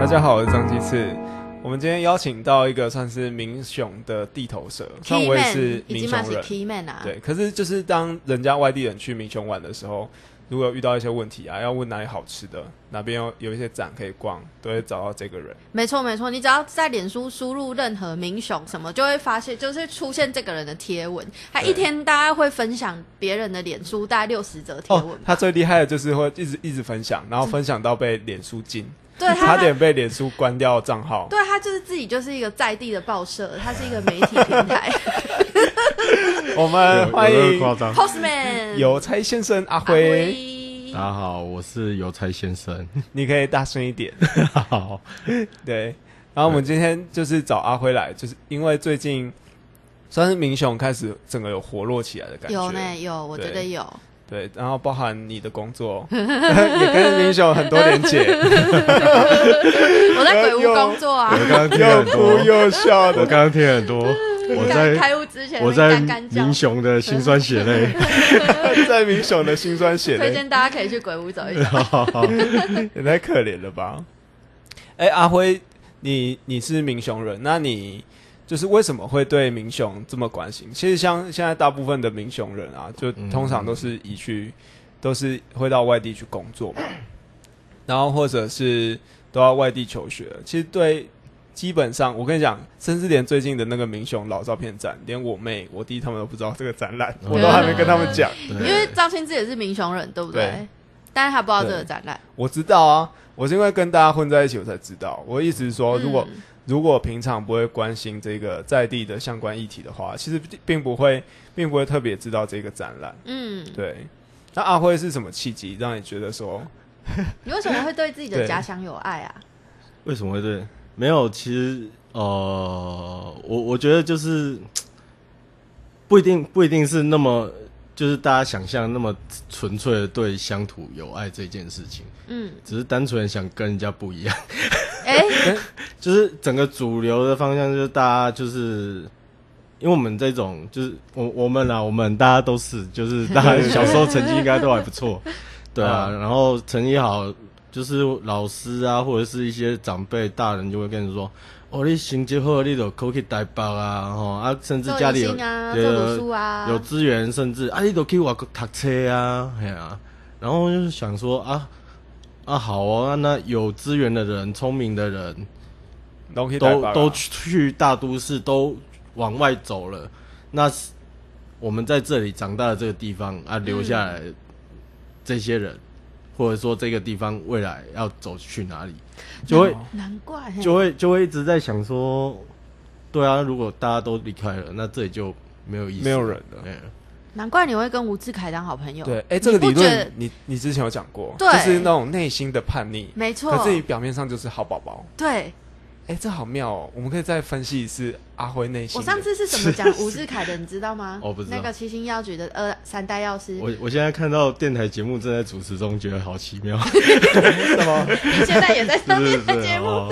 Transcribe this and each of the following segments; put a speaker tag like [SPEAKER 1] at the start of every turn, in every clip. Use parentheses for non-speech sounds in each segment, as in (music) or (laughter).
[SPEAKER 1] 大家好，我是张鸡翅。我们今天邀请到一个算是民雄的地头蛇，虽然我也是民
[SPEAKER 2] 已经
[SPEAKER 1] 雄
[SPEAKER 2] 嘛是
[SPEAKER 1] 人，
[SPEAKER 2] key man 啊，
[SPEAKER 1] 对，可是就是当人家外地人去民雄玩的时候，如果有遇到一些问题啊，要问哪里好吃的，哪边有有一些展可以逛，都会找到这个人。
[SPEAKER 2] 没错没错，你只要在脸书输入任何民雄什么，就会发现就是出现这个人的贴文，他
[SPEAKER 1] 对
[SPEAKER 2] 一天大概会分享别人的脸书大概六十则贴文
[SPEAKER 1] 哦
[SPEAKER 2] 吧，，
[SPEAKER 1] 他最厉害的就是会一直一直分享，然后分享到被脸书禁，
[SPEAKER 2] 对他
[SPEAKER 1] 差点被脸书关掉账号。
[SPEAKER 2] 对他就是自己就是一个在地的报社，他是一个媒体平
[SPEAKER 1] (laughs)
[SPEAKER 2] 台
[SPEAKER 1] 我
[SPEAKER 3] 呃
[SPEAKER 1] 们欢
[SPEAKER 3] 有有
[SPEAKER 1] 迎
[SPEAKER 3] 夸张。
[SPEAKER 2] Postman 啊
[SPEAKER 1] 邮差先生阿
[SPEAKER 2] 阿
[SPEAKER 1] 辉，
[SPEAKER 3] 大家好，我是邮差先生。
[SPEAKER 1] 你可以大声一点。
[SPEAKER 3] 好，
[SPEAKER 1] (laughs) 对，然后我们今天就是找阿辉来，就是因为最近算是民雄开始整个有活络起来的感觉，
[SPEAKER 2] 有呢有，我觉得
[SPEAKER 1] 对
[SPEAKER 2] 有，
[SPEAKER 1] 对，然后包含你的工作 (laughs) 也跟民雄很多连结，
[SPEAKER 2] 我在鬼
[SPEAKER 1] 有
[SPEAKER 2] 屋工作啊
[SPEAKER 1] 哎
[SPEAKER 3] 我，刚刚
[SPEAKER 1] (laughs)
[SPEAKER 3] 听
[SPEAKER 1] 又
[SPEAKER 3] 很
[SPEAKER 1] 哭
[SPEAKER 3] 多，
[SPEAKER 1] 又笑 (laughs)
[SPEAKER 3] 我
[SPEAKER 1] 的。
[SPEAKER 3] 刚刚听很多，我
[SPEAKER 2] 开
[SPEAKER 3] 在
[SPEAKER 2] 开屋之前
[SPEAKER 3] 我
[SPEAKER 2] 在
[SPEAKER 3] 在
[SPEAKER 2] 那边嗯干干叫
[SPEAKER 3] 民雄的辛酸血
[SPEAKER 2] (laughs)
[SPEAKER 3] 泪。 (laughs)
[SPEAKER 1] 在民雄的辛酸血
[SPEAKER 2] 推
[SPEAKER 1] 泪
[SPEAKER 2] 荐大家可以去鬼屋走一走。
[SPEAKER 1] 也太可怜了吧！哎、阿辉，你你是民雄人，那你就是为什么会对民雄这么关心？其实像现在大部分的民雄人啊，就通常都是移去，都是会到外地去工作 (clears throat) 嘛，然后或者是都要外地求学。其实对。基本上，我跟你讲，甚至连最近的那个民雄老照片展，连我妹、我弟他们都不知道这个展览，我都还没跟他们讲。
[SPEAKER 3] 对
[SPEAKER 2] 因为张清志也是民雄人，对不对？
[SPEAKER 1] 对
[SPEAKER 2] 但是他不知道这个展览。
[SPEAKER 1] 我知道啊，我是因为跟大家混在一起，我才知道。我一直
[SPEAKER 3] 哦
[SPEAKER 1] 说，如果、
[SPEAKER 2] 嗯
[SPEAKER 1] 如果平常不会关心这个在地的相关议题的话，其实并不会，并不会特别知道这个展览。
[SPEAKER 2] 嗯，
[SPEAKER 1] 对，那阿辉是什么契机让你觉得说，
[SPEAKER 2] 你为什么会对自己的
[SPEAKER 1] 对
[SPEAKER 2] 家乡有爱啊？
[SPEAKER 3] 为什么会对？没有，其实呃，我我觉得就是不一定不一定是那么，就是大家想象那么纯粹的对乡土有爱这件事情， (laughs)
[SPEAKER 2] 嗯，
[SPEAKER 3] 只是单纯想跟人家不一样。
[SPEAKER 2] 哎、
[SPEAKER 3] 就是整个主流的方向，就是大家就是，因为我们这种就是我我们啦，我们大家都是，就是大家小时候成绩应该都还
[SPEAKER 2] (laughs)
[SPEAKER 3] 不错，对啊，
[SPEAKER 2] 嗯
[SPEAKER 3] 然后成绩好，就是老师啊或者是一些长辈大人就会跟你说，哦，你成绩好，你就考去台北啊，吼啊，甚至
[SPEAKER 2] 做
[SPEAKER 3] 家里
[SPEAKER 2] 明
[SPEAKER 3] 有
[SPEAKER 2] 星啊，
[SPEAKER 3] 有
[SPEAKER 2] 做读书啊，
[SPEAKER 3] 有资源，甚至啊，你都去外国读车啊，嘿啊，然后就是想说啊啊好哦，那那有资源的人，聪明的人。
[SPEAKER 1] 都
[SPEAKER 3] 都都去去大都市，都往外走了。那是我们在这里长大的这个地方啊，留下来的这些人，或者说这个地方未来要走去哪里，
[SPEAKER 2] 嗯
[SPEAKER 3] 就会
[SPEAKER 2] 难怪欸嘿
[SPEAKER 3] 就会就会一直在想说，对啊，如果大家都离开了，那这里就没有意思，
[SPEAKER 1] 没有人了。
[SPEAKER 3] 嗯。
[SPEAKER 2] 难怪你会跟吴志凯当好朋友。
[SPEAKER 1] 对，哎、这
[SPEAKER 2] 你
[SPEAKER 1] 个
[SPEAKER 2] 不
[SPEAKER 1] 理
[SPEAKER 2] 觉得
[SPEAKER 1] 论你你之前有讲过，
[SPEAKER 2] 对
[SPEAKER 1] 就是那种内心的叛逆，
[SPEAKER 2] 没错
[SPEAKER 1] 可，是你表面上就是好宝宝。
[SPEAKER 2] 对
[SPEAKER 1] 哎、这好妙哦！我们可以再分析一次阿辉内心
[SPEAKER 2] 我
[SPEAKER 1] 的。
[SPEAKER 2] 上次是怎么讲吴志凯的，你知道吗？
[SPEAKER 3] 哦我不知道
[SPEAKER 2] 那个七星药局的呃三代药师，
[SPEAKER 3] 我我现在看到电台节目正在主持中，觉得好奇
[SPEAKER 1] (laughs)
[SPEAKER 3] 妙，
[SPEAKER 1] 什么？
[SPEAKER 2] 你 (laughs) 现在也在
[SPEAKER 3] 是
[SPEAKER 2] 上
[SPEAKER 3] 不是
[SPEAKER 2] 面
[SPEAKER 1] (laughs)
[SPEAKER 2] 的节目。
[SPEAKER 3] 哦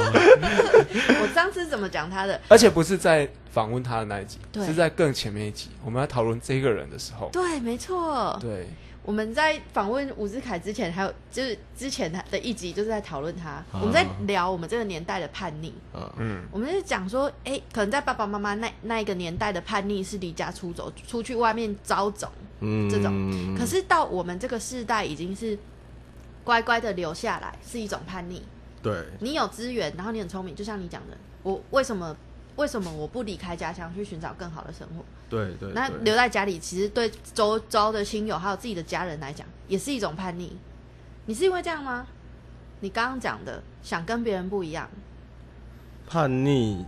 [SPEAKER 2] 我上次怎么讲他的？
[SPEAKER 1] 而且不是在访问他的那一集，
[SPEAKER 2] 对
[SPEAKER 1] 是在更前面一集，我们要讨论这个人的时候。
[SPEAKER 2] 对，没错。
[SPEAKER 1] 对，
[SPEAKER 2] 我们在访问伍志凯之前，还有就是之前他的一集，就是在讨论他，我们在聊我们这个年代的叛逆。
[SPEAKER 3] 啊
[SPEAKER 1] 嗯，
[SPEAKER 2] 我们是讲说，哎、可能在爸爸妈妈那那一个年代的叛逆是离家出走，出去外面招种。
[SPEAKER 3] 嗯
[SPEAKER 2] 这种可是到我们这个世代，已经是乖乖的留下来，是一种叛逆。
[SPEAKER 3] 对，
[SPEAKER 2] 你有资源，然后你很聪明，就像你讲的，我为什么为什么我不离开家乡去寻找更好的生活？
[SPEAKER 3] 对对，
[SPEAKER 2] 那
[SPEAKER 3] 对
[SPEAKER 2] 留在家里，其实对周遭的亲友还有自己的家人来讲，也是一种叛逆。你是因为这样吗？你刚刚讲的想跟别人不一
[SPEAKER 3] (laughs)
[SPEAKER 2] 样，
[SPEAKER 3] 叛逆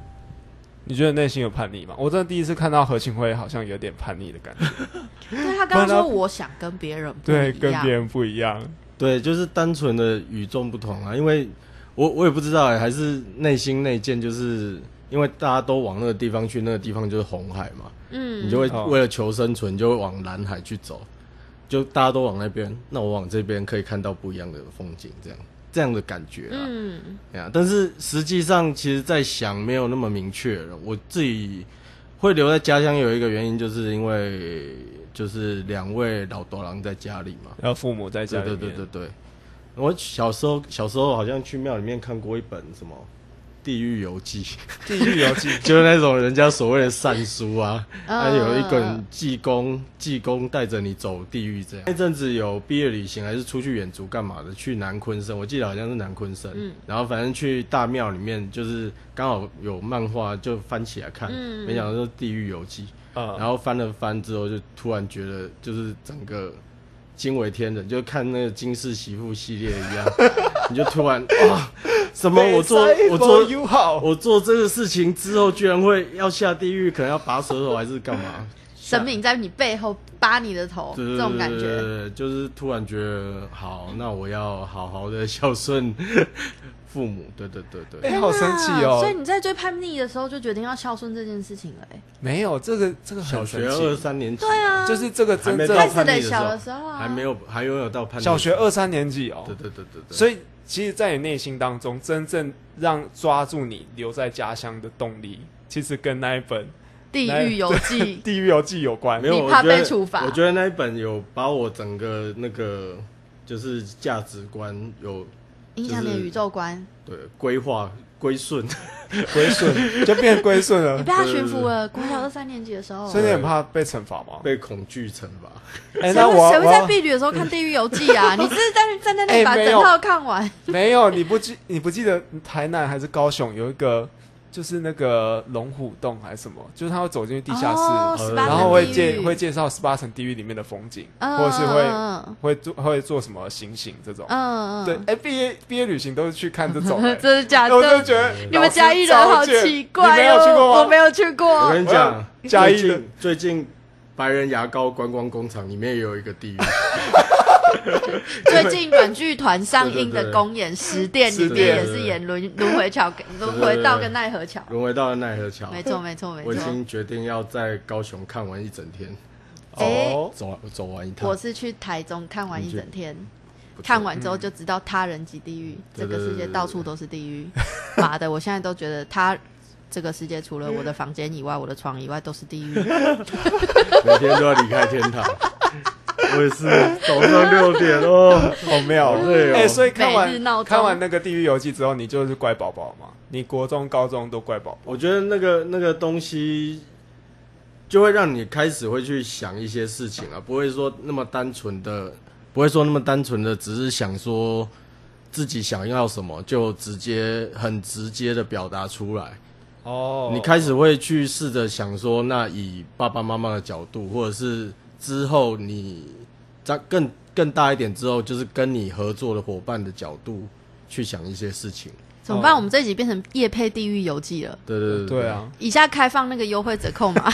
[SPEAKER 1] 你觉得内心有叛逆吗？我真的第一次看到何庆辉好像有点叛逆的感
[SPEAKER 3] (laughs)
[SPEAKER 1] 觉，
[SPEAKER 2] 对他刚刚
[SPEAKER 1] 不然
[SPEAKER 2] 说
[SPEAKER 1] 他
[SPEAKER 2] 我想跟别人不一
[SPEAKER 1] 对，
[SPEAKER 2] 样，
[SPEAKER 1] 跟别人不一样。
[SPEAKER 3] 对，就是单纯的与众不同啊，因为我我也不知道、欸，还是内心内建，就是因为大家都往那个地方去，那个地方就是红海嘛，
[SPEAKER 2] 嗯，
[SPEAKER 3] 你就会
[SPEAKER 1] 哦
[SPEAKER 3] 为了求生存，你就会往蓝海去走，就大家都往那边，那我往这边可以看到不一样的风景，这样这样的感觉啊，
[SPEAKER 2] 嗯，
[SPEAKER 3] 哎呀、但是实际上其实在想没有那么明确了，我自己。会留在家乡有一个原因，就是因为就是两位老多郎在家里嘛，
[SPEAKER 1] 然后父母在家
[SPEAKER 3] 对
[SPEAKER 1] 里
[SPEAKER 3] 对
[SPEAKER 1] 面，
[SPEAKER 3] 对对对，我小时候小时候好像去庙里面看过一本什么《地狱游记》， (laughs)
[SPEAKER 1] 地狱游记
[SPEAKER 3] 就是那种人家所谓的善书啊，
[SPEAKER 2] 嗯
[SPEAKER 3] 还有一
[SPEAKER 2] 嗯
[SPEAKER 3] 本
[SPEAKER 2] 嗯
[SPEAKER 3] 济公，济公带着你走地狱这样。那阵子有毕业旅行还是出去远足干嘛的？去南昆山，我记得好像是南昆山。
[SPEAKER 2] 嗯
[SPEAKER 3] 然后反正去大庙里面，就是刚好有漫画，就翻起来看。
[SPEAKER 2] 嗯
[SPEAKER 3] 没想到是《地狱游记》
[SPEAKER 1] (laughs)
[SPEAKER 2] 啊
[SPEAKER 1] 嗯，
[SPEAKER 3] 然后翻了翻之后，就突然觉得就是整个惊为天人，就看那个金氏媳妇系列
[SPEAKER 2] (laughs)
[SPEAKER 3] 一样，你就突然哇，什么我做我做
[SPEAKER 1] 友好，
[SPEAKER 3] 我做这个事情之后，居然会要下地狱，可能要拔舌头还是干嘛？
[SPEAKER 2] 神明在你背后扒你的头，
[SPEAKER 3] 对
[SPEAKER 2] (laughs) 这种感觉。，
[SPEAKER 3] 就是突然觉得好，那我要好好的孝顺 (laughs) 父母。对对对对，
[SPEAKER 1] 哎好神奇
[SPEAKER 2] 天哪啊
[SPEAKER 1] 哦
[SPEAKER 2] 所以你在追叛逆的时候就决定要孝顺这件事情了、哎，
[SPEAKER 1] 没有这个这个
[SPEAKER 3] 小
[SPEAKER 1] 很
[SPEAKER 3] 学
[SPEAKER 1] 神
[SPEAKER 3] 二
[SPEAKER 1] 奇，
[SPEAKER 3] 三年级，
[SPEAKER 2] 对啊，
[SPEAKER 1] 就是这个
[SPEAKER 3] 还
[SPEAKER 1] 真
[SPEAKER 3] 没
[SPEAKER 1] 正
[SPEAKER 3] 到
[SPEAKER 2] 开始
[SPEAKER 3] 叛逆
[SPEAKER 2] 的
[SPEAKER 3] 的
[SPEAKER 2] 小的时候啊，
[SPEAKER 3] 还没有还没有到叛逆。
[SPEAKER 1] 小学，二三年级哦，
[SPEAKER 3] 对对对对对，
[SPEAKER 1] 所以其实，在你内心当中，真正让抓住你留在家乡的动力，其实跟那一本
[SPEAKER 2] 《地狱游记
[SPEAKER 1] 《地狱游记》有关
[SPEAKER 3] 啊没。有，
[SPEAKER 2] 你
[SPEAKER 3] 我
[SPEAKER 2] 怕
[SPEAKER 3] 觉得
[SPEAKER 2] 被处罚
[SPEAKER 3] 我觉得那一本有把我整个那个就是价值观有》
[SPEAKER 2] 影响你的
[SPEAKER 3] 就是
[SPEAKER 2] 宇宙观，
[SPEAKER 3] 对规划归顺， (laughs)
[SPEAKER 1] 归顺，就变归顺
[SPEAKER 2] 你
[SPEAKER 3] 呃
[SPEAKER 1] 了。
[SPEAKER 2] 被他驯服了。国小二三年级的时候，
[SPEAKER 1] 所以你很怕被惩罚吗？
[SPEAKER 3] 哦被恐惧惩罚。
[SPEAKER 2] 谁
[SPEAKER 1] 哎、那
[SPEAKER 2] 会
[SPEAKER 1] 我
[SPEAKER 2] 谁会
[SPEAKER 1] 我
[SPEAKER 2] 在避旅的时候看《地狱游记》啊？
[SPEAKER 1] (laughs)
[SPEAKER 2] 你是在在那里
[SPEAKER 1] 哎
[SPEAKER 2] 把
[SPEAKER 1] 没
[SPEAKER 2] 整
[SPEAKER 1] 有
[SPEAKER 2] 套看完？
[SPEAKER 1] 没有，你不记你不记得台南还是高雄有一个，就是那个龙虎洞还是什么，就是他会走进去地下室，
[SPEAKER 2] 哦
[SPEAKER 3] 呃
[SPEAKER 2] 18
[SPEAKER 1] 然后
[SPEAKER 2] 层
[SPEAKER 1] 会
[SPEAKER 2] 地
[SPEAKER 1] 介
[SPEAKER 2] 狱
[SPEAKER 1] 会介绍十八层地狱里面的风景，
[SPEAKER 2] 嗯
[SPEAKER 1] 或者是会
[SPEAKER 2] 嗯嗯
[SPEAKER 1] 会做会做什么行刑这种。
[SPEAKER 2] 嗯，嗯
[SPEAKER 1] 对，哎、，毕业毕业旅行都是去看这
[SPEAKER 2] (laughs)
[SPEAKER 1] 种、哎
[SPEAKER 2] 真的假
[SPEAKER 1] 我就
[SPEAKER 2] 的？
[SPEAKER 1] 觉得
[SPEAKER 2] 你们嘉义人好奇怪
[SPEAKER 1] 老师超贱你没有去过吗？
[SPEAKER 2] 哦，我没有去
[SPEAKER 3] 我
[SPEAKER 2] 过
[SPEAKER 3] 跟。你讲，
[SPEAKER 1] 加一
[SPEAKER 3] 最近最近白人牙膏观光工厂里面也有一个地
[SPEAKER 2] (laughs)
[SPEAKER 3] 狱，
[SPEAKER 2] 最近短剧团上映
[SPEAKER 3] 对对
[SPEAKER 2] 的
[SPEAKER 3] 对
[SPEAKER 2] 公演《十殿》
[SPEAKER 1] 十
[SPEAKER 2] 里面也
[SPEAKER 3] 殿
[SPEAKER 2] 是演轮轮回桥跟、轮回道跟奈何桥。
[SPEAKER 3] 沦为到了奈何桥。
[SPEAKER 2] 没错，没错，没
[SPEAKER 3] 我已
[SPEAKER 2] 错。
[SPEAKER 3] 经决定要在高雄看完一整天，
[SPEAKER 2] 哎
[SPEAKER 1] 哦，
[SPEAKER 3] 走完走完一趟
[SPEAKER 2] 我。是去台中看完一整天，
[SPEAKER 3] 不错
[SPEAKER 2] 看完之后就知道他人即地狱，这个世界到处都是地狱。妈的，我现在都觉得他这个世界除了我的房间以外，我的床以外都是地狱。
[SPEAKER 3] (laughs) 每天都要离开天
[SPEAKER 2] (laughs)
[SPEAKER 3] 堂。我也是早上六点哦，
[SPEAKER 1] 好妙
[SPEAKER 3] 好累哦
[SPEAKER 1] 哎、所以看
[SPEAKER 2] 每日
[SPEAKER 1] 完
[SPEAKER 2] 闹钟
[SPEAKER 1] 看完那个《地狱游记》之后，你就是乖宝宝嘛？你国中、高中都乖宝宝。
[SPEAKER 3] 我觉得那个那个东西，就会让你开始会去想一些事情啊，不会说那么单纯的，不会说那么单纯的，只是想说自己想要什么，就直接很直接的表达出来。
[SPEAKER 1] 哦
[SPEAKER 3] 你开始会去试着想说，那以爸爸妈妈的角度，或者是之后你在更更大一点之后，就是跟你合作的伙伴的角度去想一些事情。
[SPEAKER 2] 怎么办？
[SPEAKER 1] 哦
[SPEAKER 2] 我们这一集变成夜配地狱游记了。
[SPEAKER 3] 对对对
[SPEAKER 1] 对，啊，
[SPEAKER 2] 以下开放那个优惠折扣码，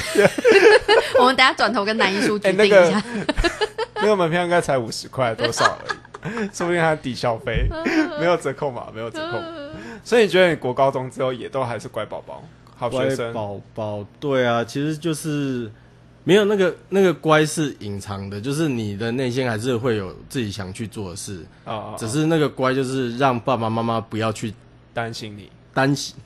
[SPEAKER 2] 我们等下转头跟南一叔决定一
[SPEAKER 1] 哎
[SPEAKER 2] 下
[SPEAKER 1] 那。那个门票应该才五十块，多少而已，说不定还抵消
[SPEAKER 2] (laughs)
[SPEAKER 1] 费，没有折扣嘛，没有折扣。所以你觉得你国高中之后也都还是乖宝宝、好学
[SPEAKER 3] 乖
[SPEAKER 1] 生？
[SPEAKER 3] 宝宝，对啊，其实就是没有那个那个乖是隐藏的，就是你的内心还是会有自己想去做的事，
[SPEAKER 1] 啊啊，
[SPEAKER 3] 只是那个乖就是让爸爸妈妈不要去
[SPEAKER 1] 担心你。
[SPEAKER 3] 担心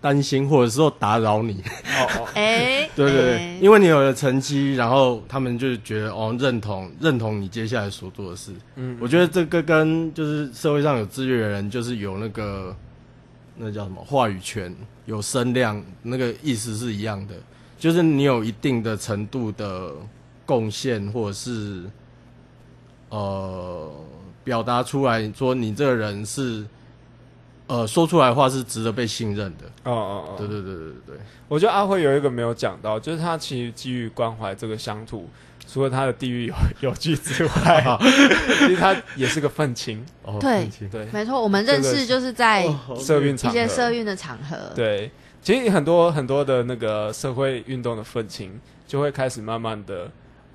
[SPEAKER 3] 担心，或者说打扰你。
[SPEAKER 1] 哦哦，
[SPEAKER 2] 哎、
[SPEAKER 3] 对对
[SPEAKER 2] 哎
[SPEAKER 3] 对，因为你有了成绩，然后他们就觉得哦，认同认同你接下来所做的事。
[SPEAKER 1] 嗯
[SPEAKER 3] 我觉得这个跟就是社会上有资源的人，就是有那个那叫什么话语权、有声量，那个意思是一样的。就是你有一定的程度的贡献，或者是呃表达出来说你这个人是呃说出来的话是值得被信任的。
[SPEAKER 1] 哦哦哦，
[SPEAKER 3] (laughs) 对对对对对。
[SPEAKER 1] 我觉得阿辉有一个没有讲到，就是他其实基于关怀这个乡土，除了他的地域有有剧之
[SPEAKER 3] (laughs)
[SPEAKER 1] 外，其实他也是个愤青，
[SPEAKER 3] 哦
[SPEAKER 2] 对
[SPEAKER 3] 很清
[SPEAKER 1] 对，
[SPEAKER 2] 没错，我们认识就是在
[SPEAKER 3] 哦好
[SPEAKER 1] 社运
[SPEAKER 2] 一
[SPEAKER 1] 场
[SPEAKER 2] 些
[SPEAKER 1] 合，
[SPEAKER 2] 社运的场合。
[SPEAKER 1] 对，其实很多很多的那个社会运动的愤青，就会开始慢慢的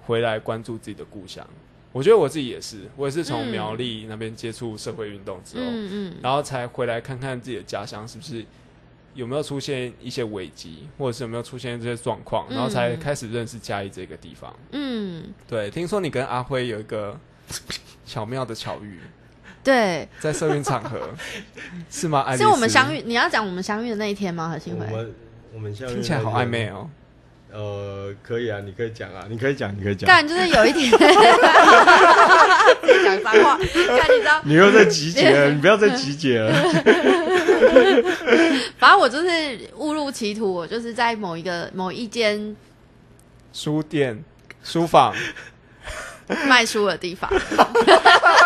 [SPEAKER 1] 回来关注自己的故乡。我觉得我自己也是，我也是从
[SPEAKER 2] 嗯
[SPEAKER 1] 苗栗那边接触社会运动之后，
[SPEAKER 2] 嗯嗯，
[SPEAKER 1] 然后才回来看看自己的家乡是不是有没有出现一些危机，或者是有没有出现这些状况，
[SPEAKER 2] 嗯
[SPEAKER 1] 然后才开始认识嘉义这个地方。
[SPEAKER 2] 嗯，
[SPEAKER 1] 对，听说你跟阿辉有一个巧妙的巧遇，
[SPEAKER 2] 对，
[SPEAKER 1] 在社运场合
[SPEAKER 2] (laughs)
[SPEAKER 1] 是吗？爱丽
[SPEAKER 2] 是我们
[SPEAKER 1] 丝
[SPEAKER 2] 相遇，你要讲我们相遇的那一天吗？何新
[SPEAKER 3] 我
[SPEAKER 2] 伟，
[SPEAKER 3] 们我们下面
[SPEAKER 1] 听起来好暧昧
[SPEAKER 3] 哦。
[SPEAKER 1] 哦。
[SPEAKER 3] 呃，可以啊，你可以讲啊，你可以讲，你可以讲。
[SPEAKER 2] 但就是有一点，自己讲脏话，但你知道，
[SPEAKER 3] 你又在集结了，你不要再集结了。
[SPEAKER 2] 反正我就是误入歧途，我就是在某一个某一间
[SPEAKER 1] 书店、书房，
[SPEAKER 2] 卖书的地方， (laughs)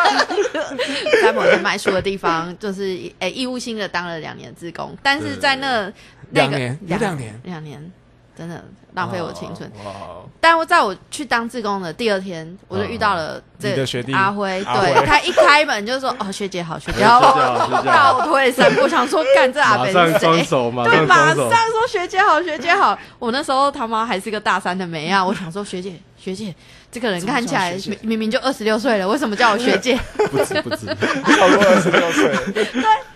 [SPEAKER 2] 在某一个卖书的地方，就是诶、义务性的当了两年志工，但是在那那
[SPEAKER 1] 两
[SPEAKER 2] 个
[SPEAKER 1] 年有两年，
[SPEAKER 2] 两年，真的浪费我青春。
[SPEAKER 1] 哇哦。
[SPEAKER 2] 但我在我去当志工的第二天，我就遇到了这
[SPEAKER 1] 啊你的学弟
[SPEAKER 2] 阿辉，
[SPEAKER 1] 阿辉
[SPEAKER 2] 对他一开门就说：“哦，学姐好，学姐好。”
[SPEAKER 3] 学姐好
[SPEAKER 2] 我
[SPEAKER 3] 学姐好
[SPEAKER 1] (laughs)
[SPEAKER 2] 倒退三步，想说干这阿
[SPEAKER 3] 马
[SPEAKER 2] 北
[SPEAKER 3] 上
[SPEAKER 2] 是
[SPEAKER 3] 双
[SPEAKER 2] 谁？
[SPEAKER 3] 手，马
[SPEAKER 2] 对，
[SPEAKER 3] 上
[SPEAKER 2] 马
[SPEAKER 3] 双
[SPEAKER 2] 上 (laughs)
[SPEAKER 3] 手。
[SPEAKER 2] 说学姐好，学姐好。我那时候他妈还是个大三的妹啊，我想说
[SPEAKER 1] (laughs)
[SPEAKER 2] 学姐学姐，这个人看起来
[SPEAKER 1] 怎么叫学姐
[SPEAKER 2] 明明明就二十六岁了，为什么叫我学
[SPEAKER 1] (laughs)
[SPEAKER 2] 姐？
[SPEAKER 3] 不止不止，
[SPEAKER 1] 超过二十六岁，
[SPEAKER 2] 对，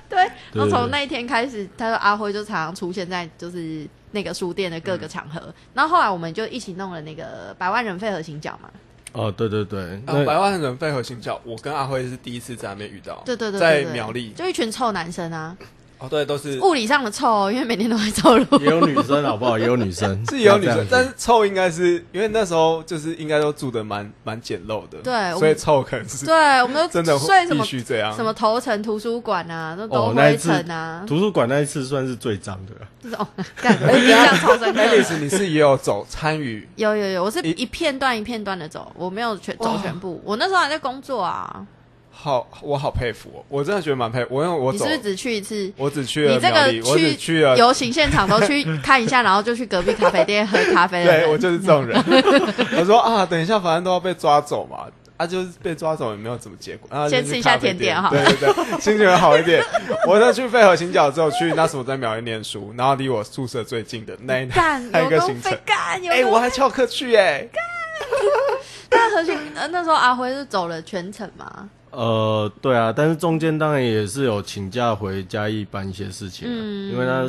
[SPEAKER 3] 对
[SPEAKER 2] 然后从那一天开始，他说阿辉就常常出现在就是那个书店的
[SPEAKER 1] 嗯
[SPEAKER 2] 各个场合。然后后来我们就一起弄了那个百万人肺合行脚嘛，
[SPEAKER 3] 哦，对对对，
[SPEAKER 1] 呃，百
[SPEAKER 3] 那
[SPEAKER 1] 万人配合行教，我跟阿辉是第一次在那边遇到，
[SPEAKER 2] 对对对对
[SPEAKER 1] 在
[SPEAKER 2] 对
[SPEAKER 1] 苗栗，
[SPEAKER 2] 就一群臭男生啊，
[SPEAKER 1] 哦，对，都是
[SPEAKER 2] 物理上的臭、哦，因为每天都会
[SPEAKER 1] (laughs)
[SPEAKER 2] 走路。
[SPEAKER 3] 也有女生好不好？也有女生，
[SPEAKER 1] 是有女生，
[SPEAKER 3] 不要这
[SPEAKER 1] 但
[SPEAKER 3] 样
[SPEAKER 1] 是
[SPEAKER 3] 子
[SPEAKER 1] 臭应该是因为那时候就是应该都住的蛮蛮简陋的，
[SPEAKER 2] 对我们
[SPEAKER 1] 所以臭可能
[SPEAKER 2] (laughs)
[SPEAKER 1] 是
[SPEAKER 2] 对，我们
[SPEAKER 1] 真
[SPEAKER 2] 都
[SPEAKER 1] 的
[SPEAKER 2] 睡什
[SPEAKER 1] 必
[SPEAKER 2] 么
[SPEAKER 1] 须啊这样
[SPEAKER 2] 什。么头城图书馆啊，都都
[SPEAKER 3] 哦那
[SPEAKER 2] 灰
[SPEAKER 3] 一次
[SPEAKER 2] 尘啊，
[SPEAKER 3] 图书馆那一次算是最脏的了，啊
[SPEAKER 2] 这种 (laughs) 干印象超深刻的。
[SPEAKER 1] Alice，你是也有走参与，
[SPEAKER 2] 有有有，我是
[SPEAKER 1] 一
[SPEAKER 2] 一片段一片段的走，我没有全走
[SPEAKER 1] 哇
[SPEAKER 2] 全部。我那时候还在工作啊，
[SPEAKER 1] 好，我好佩服、哦，我真的觉得蛮佩服。我因为我
[SPEAKER 2] 你
[SPEAKER 1] 走
[SPEAKER 2] 是不，是只去一次？
[SPEAKER 1] 我只去
[SPEAKER 2] 你
[SPEAKER 1] 了
[SPEAKER 2] 这
[SPEAKER 1] 苗
[SPEAKER 2] 个
[SPEAKER 1] 栗，我只去了，
[SPEAKER 2] 游行现场都去看一下，然后就去隔壁咖啡店喝咖啡了。
[SPEAKER 1] (laughs) 对我就是这种人。
[SPEAKER 2] 哎
[SPEAKER 1] (laughs) 我说啊，等一下反正都要被抓走嘛。啊，就是被抓走也没有什么结果。啊，
[SPEAKER 2] 先
[SPEAKER 1] 就
[SPEAKER 2] 吃
[SPEAKER 1] 是
[SPEAKER 2] 一下
[SPEAKER 1] 咖啡
[SPEAKER 2] 甜点
[SPEAKER 1] 店
[SPEAKER 2] 好
[SPEAKER 1] 对
[SPEAKER 2] 了
[SPEAKER 1] 对对，心情会好一点。我在去费和行脚之后，去那时候我在苗栗念书，然后离我宿舍最近的
[SPEAKER 2] (laughs)
[SPEAKER 1] 那一
[SPEAKER 2] (laughs) 干
[SPEAKER 1] 那一
[SPEAKER 2] 有
[SPEAKER 1] 个
[SPEAKER 2] 够
[SPEAKER 1] 行程
[SPEAKER 2] 费，干有
[SPEAKER 1] 哎、
[SPEAKER 2] 够
[SPEAKER 1] 我还翘课去哎、
[SPEAKER 2] 但核心呃那时候阿辉是走了全程嘛，
[SPEAKER 3] 呃，对啊，但是中间当然也是有请假回嘉义办一些事情啊、
[SPEAKER 2] 嗯
[SPEAKER 3] 因为他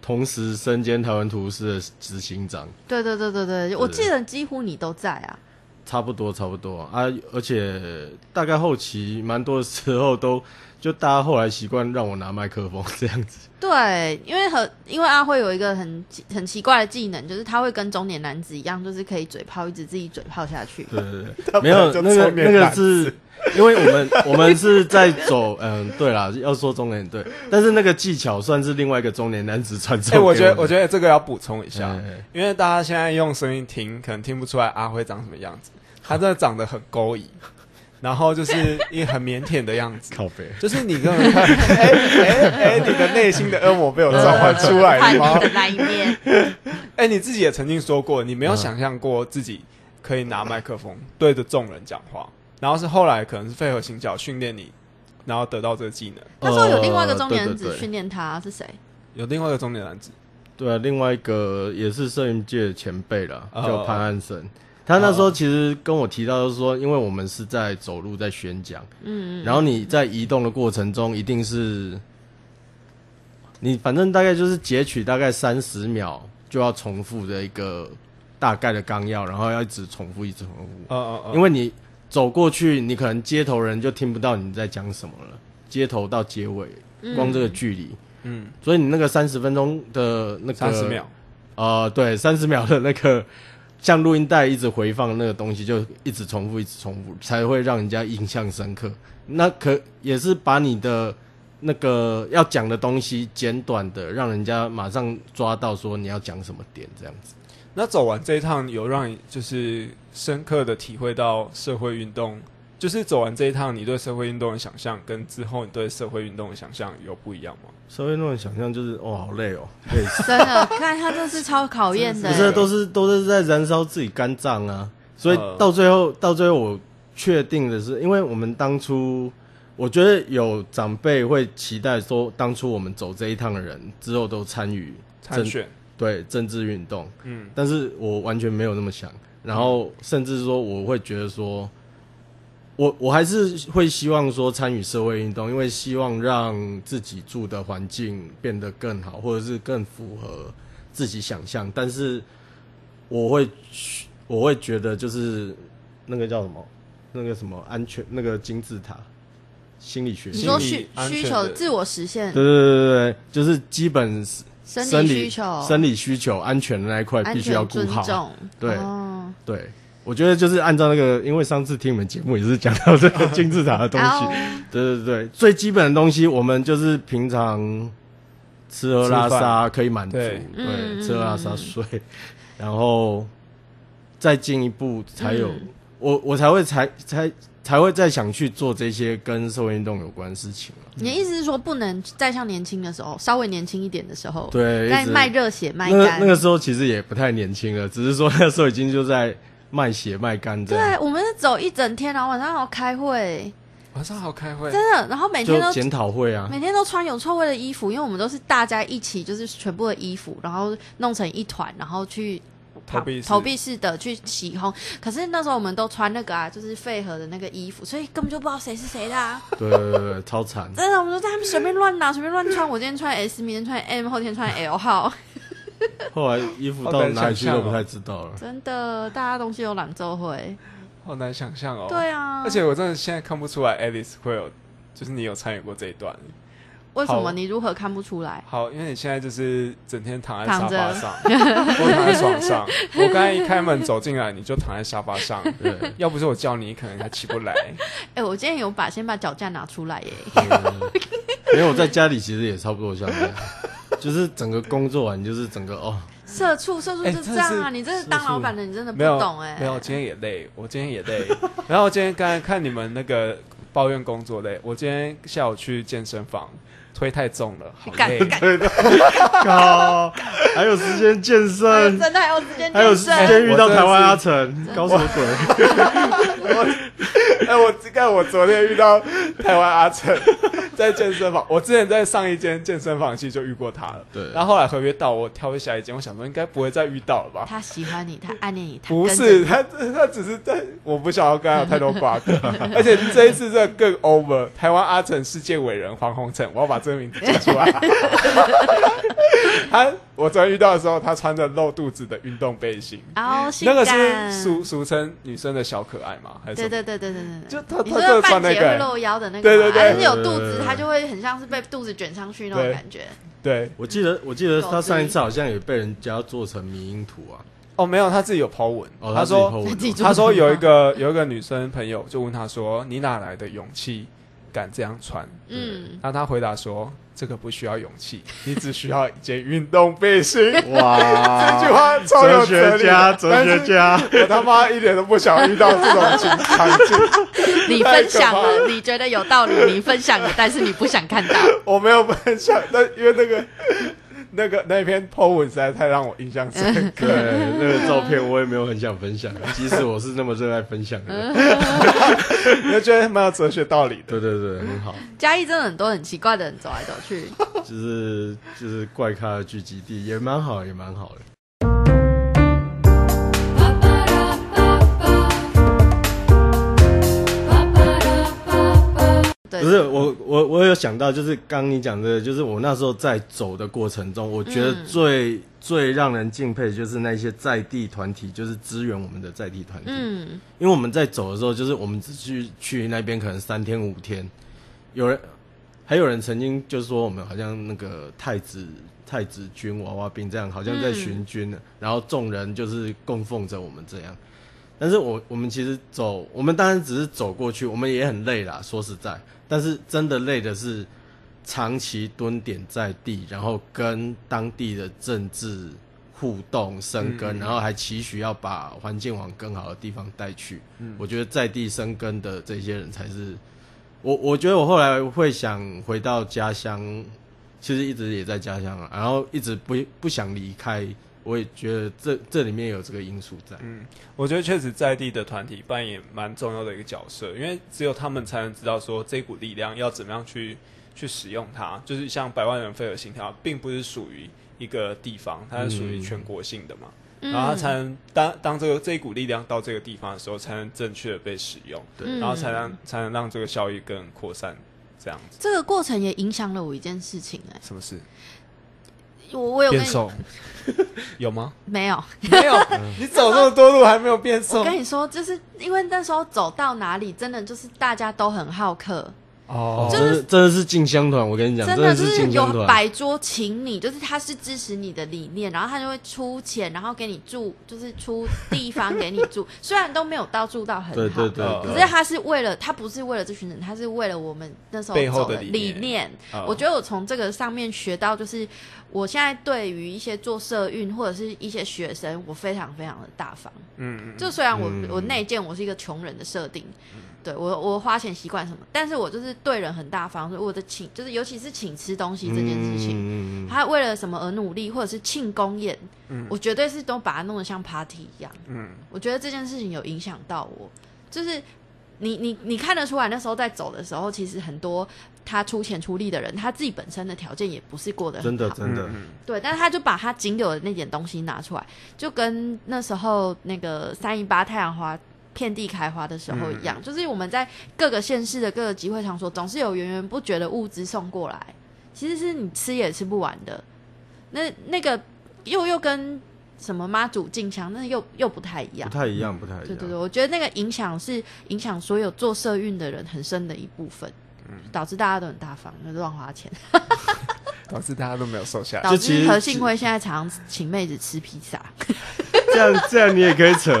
[SPEAKER 3] 同时身兼台湾图书室的执行长，
[SPEAKER 2] 对对对对对，我记得几乎你都在啊，
[SPEAKER 3] 差不多差不多啊，而且大概后期蛮多时候都就大家后来习惯让我拿麦克风 (laughs) 这样子，
[SPEAKER 2] 对，因为和因为阿辉有一个很奇很奇怪的技能，就是他会跟中年男子一样，就是可以嘴炮，一直自己嘴炮下去。
[SPEAKER 3] 对对
[SPEAKER 1] 他
[SPEAKER 3] 对，没有
[SPEAKER 1] 本来
[SPEAKER 3] 那
[SPEAKER 1] 就
[SPEAKER 3] 个
[SPEAKER 1] 中年
[SPEAKER 3] 那个
[SPEAKER 1] 男
[SPEAKER 3] 是。因为我们我们是在走，嗯，对啦，要说中年对，但是那个技巧算是另外一个中年男子传授
[SPEAKER 1] 哎、
[SPEAKER 3] 给
[SPEAKER 1] 我
[SPEAKER 3] 我
[SPEAKER 1] 觉得我
[SPEAKER 3] 得
[SPEAKER 1] 觉得这个要补充一下，
[SPEAKER 3] 哎
[SPEAKER 1] 因为大家现在用声音听，可能听不出来阿辉长什么样子。他真的长得很勾引，然后就是一很腼腆的样子，
[SPEAKER 3] 靠背，
[SPEAKER 1] 就是你根本看，哎哎哎，你的内心的恶魔被我召唤出来了
[SPEAKER 2] 叛
[SPEAKER 1] (laughs) 吗
[SPEAKER 2] 逆？的那一面，
[SPEAKER 3] (laughs)
[SPEAKER 1] 哎、你自己也曾经说过，你没有
[SPEAKER 3] 嗯
[SPEAKER 1] 想象过自己可以拿麦克风对着众人讲话，然后是后来可能是配合行脚训练你，然后得到这个技能。
[SPEAKER 2] 那时候有另外一个中
[SPEAKER 3] 呃
[SPEAKER 2] 年
[SPEAKER 3] 对对
[SPEAKER 2] 子
[SPEAKER 3] 对
[SPEAKER 2] 训练他是谁？
[SPEAKER 1] 有另外一个中年男子，
[SPEAKER 3] 对啊，另外一个也是摄影界的前辈啦，
[SPEAKER 1] 哦
[SPEAKER 3] 叫潘汉生。他那时候其实跟我提到，就是说，因为我们是在走路在宣讲，
[SPEAKER 2] 嗯，
[SPEAKER 3] 然后你在移动的过程中，一定是你反正大概就是截取大概三十秒就要重复的一个大概的纲要，然后要一直重复，一直重复，
[SPEAKER 1] 嗯嗯嗯，
[SPEAKER 3] 因为你走过去，你可能街头人就听不到你在讲什么了，街头到结尾，光这个距离，
[SPEAKER 1] 嗯
[SPEAKER 3] 所以你那个三十分钟的那个
[SPEAKER 1] 三十秒，
[SPEAKER 3] 呃，对，三十秒的那个 (laughs) 像录音带一直回放那个东西，就一直重复，一直重复，才会让人家印象深刻。那可也是把你的那个要讲的东西简短的，让人家马上抓到说你要讲什么点，这样子。
[SPEAKER 1] 那走完这一趟，有让你就是深刻的体会到社会运动，就是走完这一趟，你对社会运动的想象跟之后你对社会运动的想象有不一样吗？
[SPEAKER 3] 稍微那种想象就是，哦，好累哦，累死。
[SPEAKER 2] (laughs) 真的，看他这是超考验的欸，
[SPEAKER 3] 不是，都是都是在燃烧自己肝脏啊。所以
[SPEAKER 1] 呃
[SPEAKER 3] 到最后，到最后我确定的是，因为我们当初，我觉得有长辈会期待说，当初我们走这一趟的人之后都参与
[SPEAKER 1] 参
[SPEAKER 3] 政
[SPEAKER 1] 选，
[SPEAKER 3] 对政治运动，
[SPEAKER 1] 嗯，
[SPEAKER 3] 但是我完全没有那么想。然后甚至说，我会觉得说，我我还是会希望说参与社会运动，因为希望让自己住的环境变得更好，或者是更符合自己想象。但是我会去我会觉得就是那个叫什么，那个什么安全那个金字塔心理学，
[SPEAKER 2] 你说
[SPEAKER 1] 心理
[SPEAKER 2] 需
[SPEAKER 1] 安全
[SPEAKER 2] 需求
[SPEAKER 1] 的
[SPEAKER 2] 自我实现
[SPEAKER 3] 对对对对对，就是基本
[SPEAKER 2] 生
[SPEAKER 3] 生
[SPEAKER 2] 理
[SPEAKER 3] 理
[SPEAKER 2] 需求、
[SPEAKER 3] 生理需求、安全的那一块
[SPEAKER 2] 安
[SPEAKER 3] 必须
[SPEAKER 2] 全
[SPEAKER 3] 要顾
[SPEAKER 2] 尊
[SPEAKER 3] 好。
[SPEAKER 2] 重，
[SPEAKER 3] 对
[SPEAKER 2] 哦
[SPEAKER 3] 对，我觉得就是按照那个，因为上次听你们节目也是讲到这个金字塔的东
[SPEAKER 2] 然
[SPEAKER 3] 西
[SPEAKER 2] 后，
[SPEAKER 3] 对对对，最基本的东西我们就是平常吃喝拉
[SPEAKER 1] 吃
[SPEAKER 3] 撒可以满足，
[SPEAKER 1] 对
[SPEAKER 2] 嗯
[SPEAKER 3] 对，吃喝拉撒睡，然后再进一步才有、
[SPEAKER 2] 嗯
[SPEAKER 3] 我我才会才才才会再想去做这些跟社会运动有关的事情嘛
[SPEAKER 2] 你的意思是说，不能再像年轻的时候，稍微年轻一点的时候，
[SPEAKER 3] 对，
[SPEAKER 2] 哦在
[SPEAKER 3] 一直
[SPEAKER 2] 卖热血、卖
[SPEAKER 3] 那个
[SPEAKER 2] 肝。
[SPEAKER 3] 那个时候其实也不太年轻了，只是说那时候已经就在卖血卖肝这样，
[SPEAKER 1] 啊
[SPEAKER 2] 对，啊我们是走一整天，然后晚上还要开会，
[SPEAKER 1] 晚上好开会，
[SPEAKER 2] 真的，然后每天
[SPEAKER 3] 就
[SPEAKER 2] 都
[SPEAKER 3] 检讨会啊，
[SPEAKER 2] 每天都穿有臭味的衣服，因为我们都是大家一起，就是全部的衣服，然后弄成一团，然后去
[SPEAKER 1] 投币式
[SPEAKER 2] 投币式的去起哄。可是那时候我们都穿那个啊，就是废盒的那个衣服，所以根本就不知道谁是谁的、啊。
[SPEAKER 3] 对对对对，超惨。
[SPEAKER 2] 真的，我们都在他们随便乱拿，随便乱穿。我今天穿 S，明天穿 M，后天穿 L 号。
[SPEAKER 3] 后来衣服
[SPEAKER 1] 好
[SPEAKER 3] 到
[SPEAKER 1] 难
[SPEAKER 3] 哪里去
[SPEAKER 1] 想象
[SPEAKER 3] 都
[SPEAKER 1] 哦
[SPEAKER 3] 不太知道了。
[SPEAKER 2] 真的，大家东西有朗周会。
[SPEAKER 1] 好难想象哦。
[SPEAKER 2] 对啊，
[SPEAKER 1] 而且我真的现在看不出来 Alice 会有，就是你有参与过这一段。
[SPEAKER 2] 为什么
[SPEAKER 1] 好
[SPEAKER 2] 你如何看不出来？
[SPEAKER 1] 好，因为你现在就是整天躺在沙
[SPEAKER 2] 躺着
[SPEAKER 1] 发上， (laughs) 我躺在
[SPEAKER 2] (laughs)
[SPEAKER 1] 床上。我刚才一开门走进来，你就躺在沙发上。
[SPEAKER 3] 对，
[SPEAKER 1] 要不是我叫你，可能还起不
[SPEAKER 2] (laughs)
[SPEAKER 1] 来。
[SPEAKER 2] 哎、我今天有把先把脚架拿出
[SPEAKER 1] (laughs)
[SPEAKER 2] 来耶。
[SPEAKER 3] 没有我在家里其实也差不多像这样，就是整个工作完就是整个哦，
[SPEAKER 2] 社畜，社畜
[SPEAKER 1] 哎
[SPEAKER 2] 就这
[SPEAKER 1] 真的
[SPEAKER 2] 样啊！
[SPEAKER 1] 是
[SPEAKER 2] 你真的
[SPEAKER 3] 社
[SPEAKER 2] 当老
[SPEAKER 3] 畜
[SPEAKER 2] 板的，你真的不
[SPEAKER 1] 没有
[SPEAKER 2] 懂哎、(laughs)
[SPEAKER 1] 没有，今天也累，我今天也累。然后今天刚才看你们那个抱怨工作累，我今天下午去健身房推太重了，好
[SPEAKER 2] 干
[SPEAKER 1] 累。
[SPEAKER 2] 干
[SPEAKER 3] 靠，还有时间健身，
[SPEAKER 2] 真的还有时间
[SPEAKER 3] 还有
[SPEAKER 2] 健身，
[SPEAKER 3] 时间遇到台湾阿
[SPEAKER 1] 真
[SPEAKER 3] 成，搞什么鬼？ (laughs)
[SPEAKER 1] (laughs) 哎、我这个我昨天遇到台湾阿成在健身房，我之前在上一间健身房其实就遇过他了。
[SPEAKER 3] 对
[SPEAKER 1] 然后后来合约到，我挑去下一间，我想说应该不会再遇到了吧？
[SPEAKER 2] 他喜欢你，他暗恋你，他
[SPEAKER 1] 不
[SPEAKER 2] 跟着
[SPEAKER 1] 是
[SPEAKER 2] 你
[SPEAKER 1] 他，他只是在，我不想要跟他有太多瓜
[SPEAKER 2] (laughs)
[SPEAKER 1] 葛，而且这一次这更 over。台湾阿成世界伟人黄宏成，我要把这个名字讲
[SPEAKER 2] (laughs)
[SPEAKER 1] 出来。他，我昨天遇到的时候，他穿着露肚子的运动背心，
[SPEAKER 2] 然后性
[SPEAKER 1] 那
[SPEAKER 2] 感
[SPEAKER 1] 个是俗俗称女生的小可爱吗？还是什
[SPEAKER 2] 对
[SPEAKER 1] 么
[SPEAKER 2] 对对对对对，
[SPEAKER 1] 就
[SPEAKER 2] 对
[SPEAKER 1] 他
[SPEAKER 2] 你说
[SPEAKER 1] 他真
[SPEAKER 2] 的
[SPEAKER 1] 的
[SPEAKER 2] 半
[SPEAKER 1] 穿那
[SPEAKER 2] 截
[SPEAKER 1] 个
[SPEAKER 2] 会
[SPEAKER 1] 欸
[SPEAKER 2] 露腰的那个
[SPEAKER 1] 对
[SPEAKER 2] 嘛，
[SPEAKER 1] 对对
[SPEAKER 2] 还是有肚子，
[SPEAKER 3] 对
[SPEAKER 2] 他就会很像是被肚子卷上去那种
[SPEAKER 1] 对
[SPEAKER 2] 感觉。
[SPEAKER 1] 对，
[SPEAKER 3] 我记得我记得他上一次好像也被人家做成迷因图啊，
[SPEAKER 1] 哦，没有，他自己有 po 文，
[SPEAKER 3] 哦，
[SPEAKER 1] 他
[SPEAKER 3] 自己
[SPEAKER 1] 说
[SPEAKER 3] po 文
[SPEAKER 2] 自己做
[SPEAKER 1] (laughs) 他说有一个有一个女生朋友就问他说：“你哪来的勇气敢这样穿
[SPEAKER 2] 嗯？”，
[SPEAKER 1] 那他回答说：“这个不需要勇
[SPEAKER 3] (laughs)
[SPEAKER 1] 气，你只需要一件运动背心。” (laughs) 这句
[SPEAKER 3] 哇，
[SPEAKER 1] 话超有哲
[SPEAKER 3] 哲学
[SPEAKER 1] 理
[SPEAKER 3] 家，
[SPEAKER 1] 的，
[SPEAKER 3] 哲学家，
[SPEAKER 1] 但是我他妈一点都不想遇到这种情场景，
[SPEAKER 2] 你
[SPEAKER 1] (laughs) 太
[SPEAKER 2] 分
[SPEAKER 1] 可
[SPEAKER 2] 享
[SPEAKER 1] 怕
[SPEAKER 2] 了，你觉得有道理，你分享了，但是你不想看到。
[SPEAKER 1] 我没有分享，那因为那个那个那篇 po 文实在太让我印象深刻。
[SPEAKER 3] (laughs) 对，那个照片我也没有很想分享，即使我是那么热爱分享的
[SPEAKER 1] 嗯
[SPEAKER 3] 人，
[SPEAKER 1] 你就觉得蛮有哲学道理的。
[SPEAKER 3] 对对对，很好，
[SPEAKER 2] 嘉义真的很多很奇怪的人走来走去。
[SPEAKER 3] 就是就是怪咖的聚集地也蛮好，也蛮好的。
[SPEAKER 2] 对，
[SPEAKER 3] 不是我，我我有想到，就是刚你讲的，就是我那时候在走的过程中，我觉得
[SPEAKER 2] 嗯
[SPEAKER 3] 最、最让人敬佩的就是那些在地团体，就是支援我们的在地团体。
[SPEAKER 2] 嗯，
[SPEAKER 3] 因为我们在走的时候，就是我们只去去那边可能三天五天，有人还有人曾经就说我们好像那个太子太子军娃娃兵这样，好像在巡军呢，然后众人就是供奉着我们这样。但是我我们其实走，我们当然只是走过去，我们也很累啦，说实在，但是真的累的是长期蹲点在地，然后跟当地的政治互动生根，
[SPEAKER 1] 嗯嗯嗯
[SPEAKER 3] 然后还期许要把环境往更好的地方带去。
[SPEAKER 1] 嗯
[SPEAKER 3] 我觉得在地生根的这些人才是我，我觉得我后来会想回到家乡，其实一直也在家乡啊，然后一直不不想离开，我也觉得这这里面有这个因素在。
[SPEAKER 1] 我觉得确实在地的团体扮演蛮重要的一个角色，因为只有他们才能知道说这股力量要怎么样去去使用它。就是像百万人飞的心跳，并不是属于一个地方，它是属于全国性的嘛。
[SPEAKER 2] 嗯
[SPEAKER 1] 然后它才能当当这个这一股力量到这个地方的时候，才能正确的被使用，
[SPEAKER 2] 嗯
[SPEAKER 1] 然后才能才能让这个效益更扩散。这样子
[SPEAKER 2] 这个过程也影响了我一件事情哎、
[SPEAKER 1] 什么事？
[SPEAKER 2] 我我有跟
[SPEAKER 1] 变
[SPEAKER 2] 你
[SPEAKER 1] 瘦 (laughs) 有吗？
[SPEAKER 2] (laughs) 没有？
[SPEAKER 1] 没有， (laughs) 你走这么多路还没有变瘦
[SPEAKER 2] 我跟你说，就是因为那时候走到哪里，真的就是大家都很好客，
[SPEAKER 1] 哦，
[SPEAKER 2] 就
[SPEAKER 3] 真的真的是进香团，我跟你讲，
[SPEAKER 2] 真
[SPEAKER 3] 的
[SPEAKER 2] 就是是
[SPEAKER 3] 进香
[SPEAKER 2] 有
[SPEAKER 3] 团，
[SPEAKER 2] 摆桌请你，就是他是支持你的理念，然后他就会出钱，然后给你住，就是出地方给你住， (laughs) 虽然都没有到住到很好，
[SPEAKER 3] 对对对
[SPEAKER 1] 好
[SPEAKER 3] 对，
[SPEAKER 2] 可是他是为了他不是为了这群人，他是为了我们那时候
[SPEAKER 1] 背后
[SPEAKER 2] 走
[SPEAKER 1] 的理
[SPEAKER 2] 理
[SPEAKER 1] 念
[SPEAKER 2] 念。
[SPEAKER 1] 哦
[SPEAKER 2] 我觉得我从这个上面学到，就是我现在对于一些做社运或者是一些学生，我非常非常的大方。
[SPEAKER 1] 嗯嗯
[SPEAKER 2] 就虽然我、
[SPEAKER 3] 嗯
[SPEAKER 2] 我内建我是一个穷人的设定，对我我花钱习惯什么，但是我就是对人很大方，所以我的请就是尤其是请吃东西这件事情，
[SPEAKER 3] 情，
[SPEAKER 2] 他为了什么而努力，或者是庆功宴，我绝对是都把它弄得像 party 一样。
[SPEAKER 1] 嗯
[SPEAKER 2] 我觉得这件事情有影响到我，就是你你你看得出来，那时候在走的时候，其实很多他出钱出力的人，他自己本身的条件也不是过得很
[SPEAKER 3] 真的
[SPEAKER 2] 好
[SPEAKER 3] 真的
[SPEAKER 1] 嗯，嗯
[SPEAKER 2] 对，但是他就把他仅有的那点东西拿出来，就跟那时候那个三一八太阳花遍地开花的时候一
[SPEAKER 3] 嗯
[SPEAKER 2] 样，就是我们在各个县市的各个集会场所，总是有源源不绝的物资送过来，其实是你吃也吃不完的。那那个又又跟什么妈祖进香，那又又不太一
[SPEAKER 3] 不
[SPEAKER 2] 样。
[SPEAKER 3] 太一样，不
[SPEAKER 1] 啊
[SPEAKER 3] 太一
[SPEAKER 2] 对对对，
[SPEAKER 3] 样，
[SPEAKER 2] 我觉得那个影响是影响所有做社运的人很深的一部分，
[SPEAKER 1] 嗯
[SPEAKER 2] 导致大家都很大方，就是乱花钱。
[SPEAKER 1] 导致大家都没有瘦下来。
[SPEAKER 2] 导
[SPEAKER 3] 其
[SPEAKER 2] 致
[SPEAKER 3] 实
[SPEAKER 2] 何信会现在常常请妹子吃披
[SPEAKER 1] (laughs)
[SPEAKER 2] 萨，
[SPEAKER 3] 这样这样你也可以扯，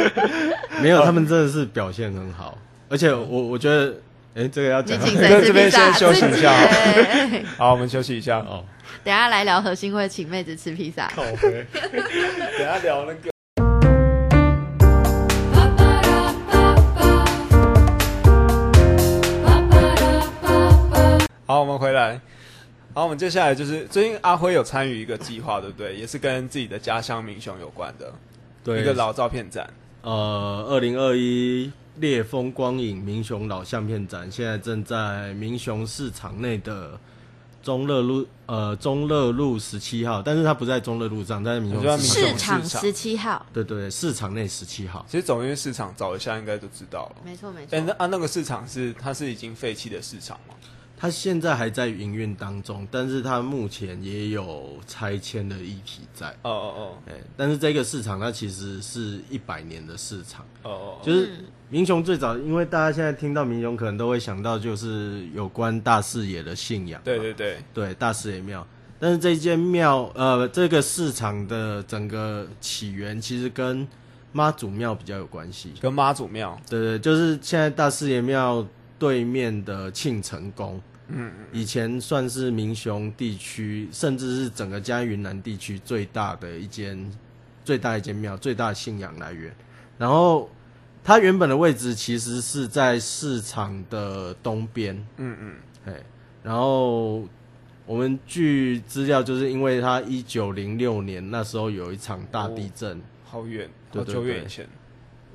[SPEAKER 3] (laughs) 没有，他们真的是表现很好，而且我我觉得，哎，这个要
[SPEAKER 2] 你
[SPEAKER 3] 讲
[SPEAKER 2] 请
[SPEAKER 1] 在
[SPEAKER 2] 谁吃
[SPEAKER 1] 这
[SPEAKER 2] 披
[SPEAKER 1] 边
[SPEAKER 2] 萨？
[SPEAKER 1] 先休息
[SPEAKER 2] (laughs)
[SPEAKER 1] 一下
[SPEAKER 2] 自己耶
[SPEAKER 1] (laughs) 好，我们休息一下。
[SPEAKER 3] 哦，
[SPEAKER 2] 等一下来聊何信会请妹子吃披萨。
[SPEAKER 3] 靠背。
[SPEAKER 1] 等下聊那个。好，我们回来。好，我们接下来就是最近阿辉有参与一个计划，对不对？也是跟自己的家乡民雄有关的
[SPEAKER 3] 对，
[SPEAKER 1] 一个老照片展。
[SPEAKER 3] 呃，二零二一烈风光影民雄老相片展现在正在民雄市场内的中乐路呃中乐路十七号，但是它不在中乐路上，它在民雄
[SPEAKER 1] 你说它
[SPEAKER 3] 市
[SPEAKER 1] 民
[SPEAKER 3] 场
[SPEAKER 1] 雄
[SPEAKER 2] 市场十七号，
[SPEAKER 3] 对对对，市场内十七号。
[SPEAKER 1] 其实总院市场找一下应该就知道了。
[SPEAKER 2] 没错没错
[SPEAKER 1] 哎、。那啊，那个市场是它是已经废弃的市场吗？
[SPEAKER 3] 它现在还在营运当中，但是它目前也有拆迁的议题在。
[SPEAKER 1] 哦哦
[SPEAKER 3] 哎、但是这个市场它其实是一百年的市场。
[SPEAKER 1] 哦哦哦，
[SPEAKER 3] 就是民雄最早，因为大家现在听到民雄，可能都会想到就是有关大视野的信仰嘛，
[SPEAKER 1] 对对对，
[SPEAKER 3] 对大视野庙。但是这间庙，呃，这个市场的整个起源其实跟妈祖庙比较有关系。
[SPEAKER 1] 跟妈祖庙。
[SPEAKER 3] 对对，就是现在大视野庙对面的庆成宫，嗯，以前算是民雄地区，甚至是整个嘉义云南地区最大的一间、最大一间庙、最大的信仰来源。然后它原本的位置其实是在市场的东边，
[SPEAKER 1] 嗯嗯，
[SPEAKER 3] 哎，然后我们据资料，就是因为它一九零六年那时候有一场大地震，
[SPEAKER 1] 好远，
[SPEAKER 3] 对
[SPEAKER 1] 好
[SPEAKER 3] 对
[SPEAKER 1] 久
[SPEAKER 3] 对
[SPEAKER 1] 远以前。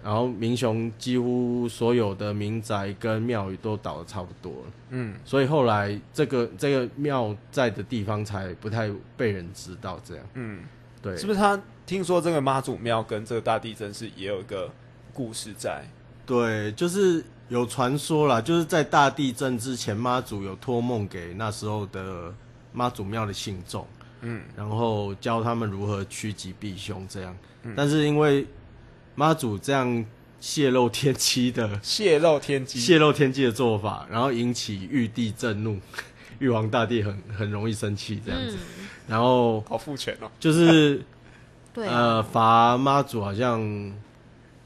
[SPEAKER 3] 然后民雄几乎所有的民宅跟庙宇都倒的差不多了，
[SPEAKER 1] 嗯，
[SPEAKER 3] 所以后来这个这个庙在的地方才不太被人知道。这样，
[SPEAKER 1] 嗯，
[SPEAKER 3] 对，
[SPEAKER 1] 是不是他听说这个妈祖庙跟这个大地震是也有一个故事在？
[SPEAKER 3] 对，就是有传说啦，就是在大地震之前，妈祖有托梦给那时候的妈祖庙的信众，
[SPEAKER 1] 嗯，
[SPEAKER 3] 然后教他们如何趋吉避凶这样。
[SPEAKER 1] 嗯
[SPEAKER 3] 但是因为妈祖这样泄露天机的
[SPEAKER 1] 泄露天机。
[SPEAKER 3] 泄露天机的做法，然后引起玉帝震怒， (laughs) 玉皇大帝很很容易生气这样子，
[SPEAKER 2] 嗯，
[SPEAKER 3] 然后
[SPEAKER 1] 好父权哦，
[SPEAKER 3] 就是
[SPEAKER 2] 对啊，
[SPEAKER 3] 呃罚妈祖好像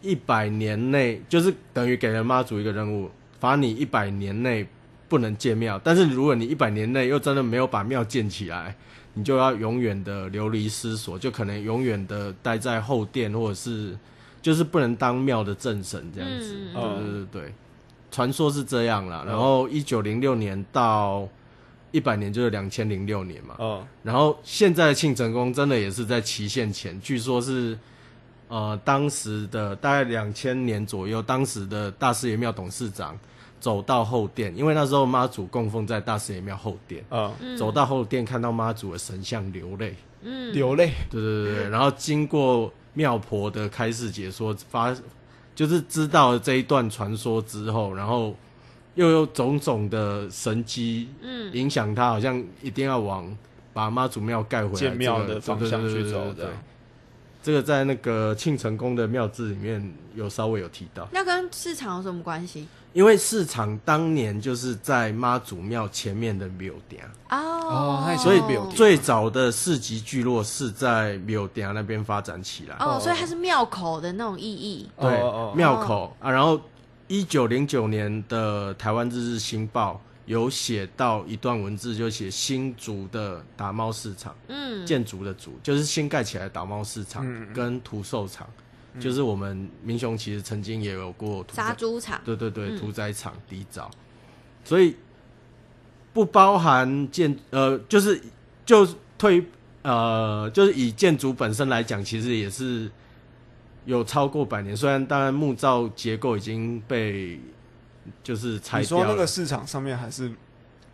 [SPEAKER 3] 一百年内，就是等于给了妈祖一个任务，罚你一百年内不能建庙，但是如果你一百年内又真的没有把庙建起来，你就要永远的流离失所，就可能永远的待在后殿或者是就是不能当庙的正神这样子。
[SPEAKER 2] 嗯
[SPEAKER 1] 哦
[SPEAKER 3] 对对对对，传说是这样啦。
[SPEAKER 1] 嗯
[SPEAKER 3] 然后一九零六年到一百年就是两千零六年嘛。
[SPEAKER 1] 嗯，
[SPEAKER 3] 然后现在的庆成宫真的也是在期限前，据说是呃当时的大概两千年左右，当时的大师爷庙董事长走到后殿，因为那时候妈祖供奉在大师爷庙后殿，
[SPEAKER 1] 嗯，
[SPEAKER 2] 嗯
[SPEAKER 3] 走到后殿看到妈祖的神像流泪，
[SPEAKER 2] 嗯
[SPEAKER 1] 流泪，
[SPEAKER 3] 对对对对，然后经过庙婆的开示解说，发就是知道了这一段传说之后，然后又有种种的神机
[SPEAKER 2] 嗯
[SPEAKER 3] 影响他，好像一定要往把妈祖庙盖回来、这个
[SPEAKER 1] 建庙的方向去
[SPEAKER 3] 嗯对对对对
[SPEAKER 1] 走
[SPEAKER 3] 对对
[SPEAKER 1] 的。
[SPEAKER 3] 这个在那个庆成宫的庙志里面有稍微有提到，
[SPEAKER 2] 那跟市场有什么关系？
[SPEAKER 3] 因为市场当年就是在妈祖庙前面的庙顶，
[SPEAKER 1] 哦那
[SPEAKER 2] 哦
[SPEAKER 1] 也，是
[SPEAKER 3] 所以
[SPEAKER 1] 庙顶
[SPEAKER 3] 最早的市集聚落是在庙顶那边发展起来。
[SPEAKER 2] 哦，所以它是庙口的那种意义。
[SPEAKER 3] 对
[SPEAKER 1] 哦哦，
[SPEAKER 3] 庙口啊，然后一九零九年的台湾日日新报有写到一段文字，就写新竹的打猫市场，
[SPEAKER 2] 嗯，
[SPEAKER 3] 建筑的竹就是新盖起来的打猫市场
[SPEAKER 1] 嗯
[SPEAKER 3] 跟屠售场，就是我们民雄其实曾经也有过屠
[SPEAKER 2] 杀
[SPEAKER 3] 宰，
[SPEAKER 2] 猪场。
[SPEAKER 3] 对对对，
[SPEAKER 2] 嗯
[SPEAKER 3] 屠宰场底沼，所以不包含建呃，就是就退呃，就是以建筑本身来讲，其实也是有超过百年。虽然当然木造结构已经被就是拆
[SPEAKER 1] 你
[SPEAKER 3] 掉
[SPEAKER 1] 说那
[SPEAKER 3] 了
[SPEAKER 1] 个，市场上面还是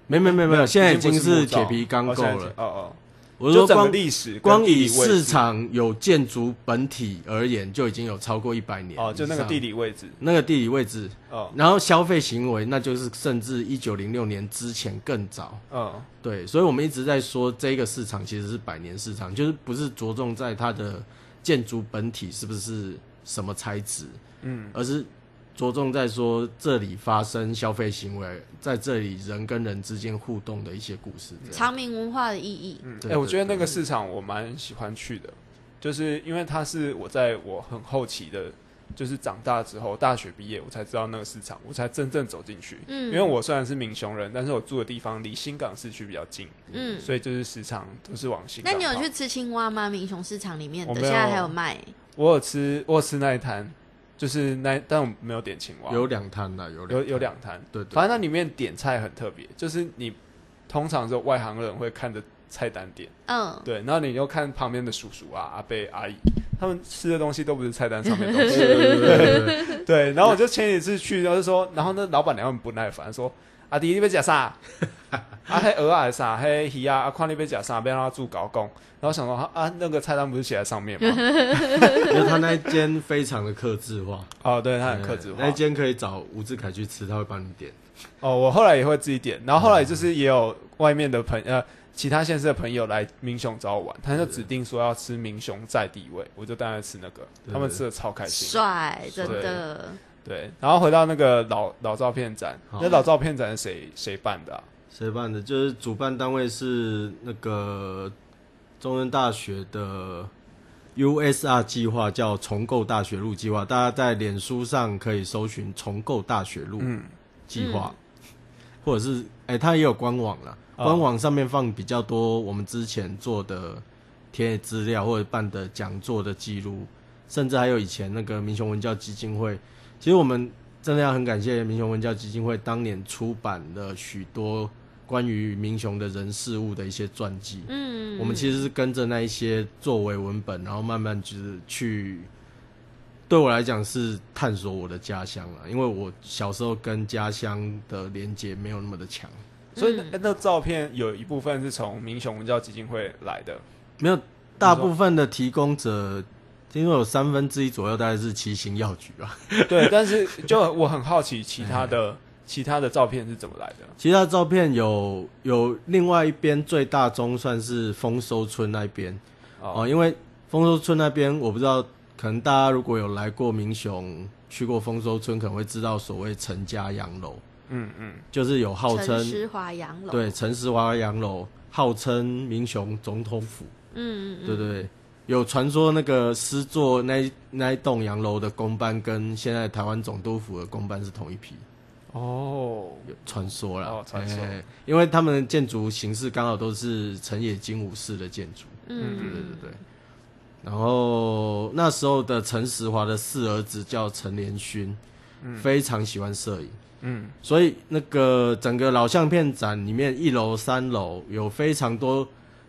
[SPEAKER 3] 没没没没有，现在已经是
[SPEAKER 1] 木造
[SPEAKER 3] 铁皮钢
[SPEAKER 1] 哦
[SPEAKER 3] 构
[SPEAKER 1] 现在
[SPEAKER 3] 了。
[SPEAKER 1] 哦哦，
[SPEAKER 3] 我是
[SPEAKER 1] 就
[SPEAKER 3] 说
[SPEAKER 1] 整个
[SPEAKER 3] 光
[SPEAKER 1] 历史跟
[SPEAKER 3] 光
[SPEAKER 1] 地
[SPEAKER 3] 以
[SPEAKER 1] 理位置
[SPEAKER 3] 市场有建筑本体而言，就已经有超过一百年
[SPEAKER 1] 哦，就那
[SPEAKER 3] 以
[SPEAKER 1] 个
[SPEAKER 3] 上
[SPEAKER 1] 地理位置
[SPEAKER 3] 那个地理位置，
[SPEAKER 1] 哦，
[SPEAKER 3] 然后消费行为，那就是甚至一九零六年之前更早。
[SPEAKER 1] 嗯
[SPEAKER 3] 对，所以我们一直在说这个市场其实是百年市场，就是不是着重在它的建筑本体是不是什么材质，
[SPEAKER 1] 嗯，
[SPEAKER 3] 而是着重在说这里发生消费行为，在这里人跟人之间互动的一些故事。这样，
[SPEAKER 2] 长明文化的意义。
[SPEAKER 1] 嗯，哎、
[SPEAKER 3] 对
[SPEAKER 1] 我
[SPEAKER 3] 对
[SPEAKER 1] 觉得那
[SPEAKER 3] 对
[SPEAKER 1] 个市场我蛮喜欢去的，就是因为它是我在我很后期的，就是长大之后，大学毕业我才知道那个市场，我才真正走进去。
[SPEAKER 2] 嗯，
[SPEAKER 1] 因为我虽然是民雄人，但是我住的地方离新港市区比较近，
[SPEAKER 2] 嗯，
[SPEAKER 1] 所以就是时常都是往新
[SPEAKER 2] 那
[SPEAKER 1] 港跑。
[SPEAKER 2] 你有去吃青蛙吗？民雄市场里面的
[SPEAKER 1] 我，没有
[SPEAKER 2] 现在还有卖。
[SPEAKER 1] 我有吃，我有吃那一摊，就是那，但我没有点青蛙，
[SPEAKER 3] 有两摊啦，有
[SPEAKER 1] 有
[SPEAKER 3] 两
[SPEAKER 1] 有
[SPEAKER 3] 有，
[SPEAKER 1] 两摊，
[SPEAKER 3] 对对
[SPEAKER 1] 反正那里面点菜很特别，就是你通常只有外行人会看着菜单点，
[SPEAKER 2] 嗯，
[SPEAKER 1] 对，然后你又看旁边的叔叔啊、阿伯、阿姨，他们吃的东西都不是菜单上面的东
[SPEAKER 3] 对
[SPEAKER 1] 西，
[SPEAKER 3] 对对对
[SPEAKER 1] (laughs)
[SPEAKER 3] 对
[SPEAKER 1] 对。然后我就前几次去，然后就说，然后那老板娘很不耐烦，说：“阿弟，你要吃啥？ (laughs) 啊，迄鹅啊啥，迄鱼啊，啊，看你要吃啥，要让他住高工。”然后想说啊，那个菜单不是写在上面吗？ (laughs)
[SPEAKER 3] 对，因为他那一间非常的克制化，哎
[SPEAKER 1] 哦，对，他很克制化
[SPEAKER 3] 那一。间可以找吴志凯去吃，他会帮你点。
[SPEAKER 1] 哦，我后来也会自己点，然后后来就是也有外面的朋呃其他县市的朋友来民雄找我玩，他就指定说要吃民雄在地味，我就当然吃那个，他们吃的超开心。
[SPEAKER 2] 帅，真的。
[SPEAKER 1] 对，然后回到那个老老照片展，
[SPEAKER 3] 好
[SPEAKER 1] 那老照片展是谁谁办的啊、
[SPEAKER 3] 谁办的？就是主办单位是那个中央大学的 USR 计划，叫重构大学路计划。大家在脸书上可以搜寻“重构大学路
[SPEAKER 1] 嗯，
[SPEAKER 3] 计划”，或者是哎、它也有官网啦，
[SPEAKER 1] 哦
[SPEAKER 3] 官网上面放比较多我们之前做的贴资料或者办的讲座的记录，甚至还有以前那个民雄文教基金会。其实我们真的要很感谢民雄文教基金会当年出版了许多关于民雄的人事物的一些传记。
[SPEAKER 2] 嗯，
[SPEAKER 3] 我们其实是跟着那一些作为文本，然后慢慢就是去，对我来讲是探索我的家乡了，因为我小时候跟家乡的连接没有那么的强，
[SPEAKER 1] 所以那,、那照片有一部分是从民雄文教基金会来的，
[SPEAKER 3] 没有大部分的提供者，听说有三分之一左右大概是骑行药局吧， (laughs)
[SPEAKER 1] 对，但是 (laughs) 就我很好奇其他的其他的照片是怎么来的。
[SPEAKER 3] 其他照片有有另外一边最大宗算是丰收村那边，
[SPEAKER 1] 哦，
[SPEAKER 3] 哦，因为丰收村那边，我不知道，可能大家如果有来过民雄，去过丰收村，可能会知道所谓陈家洋楼，
[SPEAKER 1] 嗯嗯，
[SPEAKER 3] 就是有号
[SPEAKER 2] 陈
[SPEAKER 3] 称
[SPEAKER 2] 诗华洋楼。
[SPEAKER 3] 对，陈石华洋楼，号称民雄总统府，
[SPEAKER 2] 嗯嗯嗯，
[SPEAKER 3] 对对对，有传说那个诗作那一那一栋洋楼的公班跟现在台湾总督府的公班是同一批，
[SPEAKER 1] 哦，
[SPEAKER 3] 有传说啦，
[SPEAKER 1] 哦传说
[SPEAKER 3] 嘿嘿因为他们的建筑形式刚好都是成也金吾式的建筑。
[SPEAKER 2] 嗯
[SPEAKER 3] 对对
[SPEAKER 2] 嗯
[SPEAKER 3] 对对。然后那时候的陈石华的四儿子叫陈连勋，非常喜欢摄影，
[SPEAKER 1] 嗯，
[SPEAKER 3] 所以那个整个老相片展里面，一楼、三楼有非常多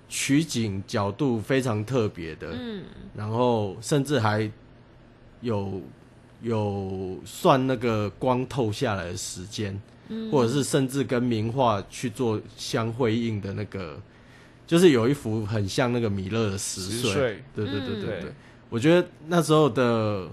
[SPEAKER 3] 取景角度非常特别的，
[SPEAKER 2] 嗯，
[SPEAKER 3] 然后甚至还有有算那个光透下来的时间，
[SPEAKER 2] 嗯
[SPEAKER 3] 或者是甚至跟名画去做相辉映的那个，就是有一幅很像那个米勒的十
[SPEAKER 1] 十
[SPEAKER 3] 岁，
[SPEAKER 1] 岁，
[SPEAKER 3] 对对对
[SPEAKER 2] 嗯
[SPEAKER 3] 对对，
[SPEAKER 1] 对
[SPEAKER 3] 我觉得那时候的。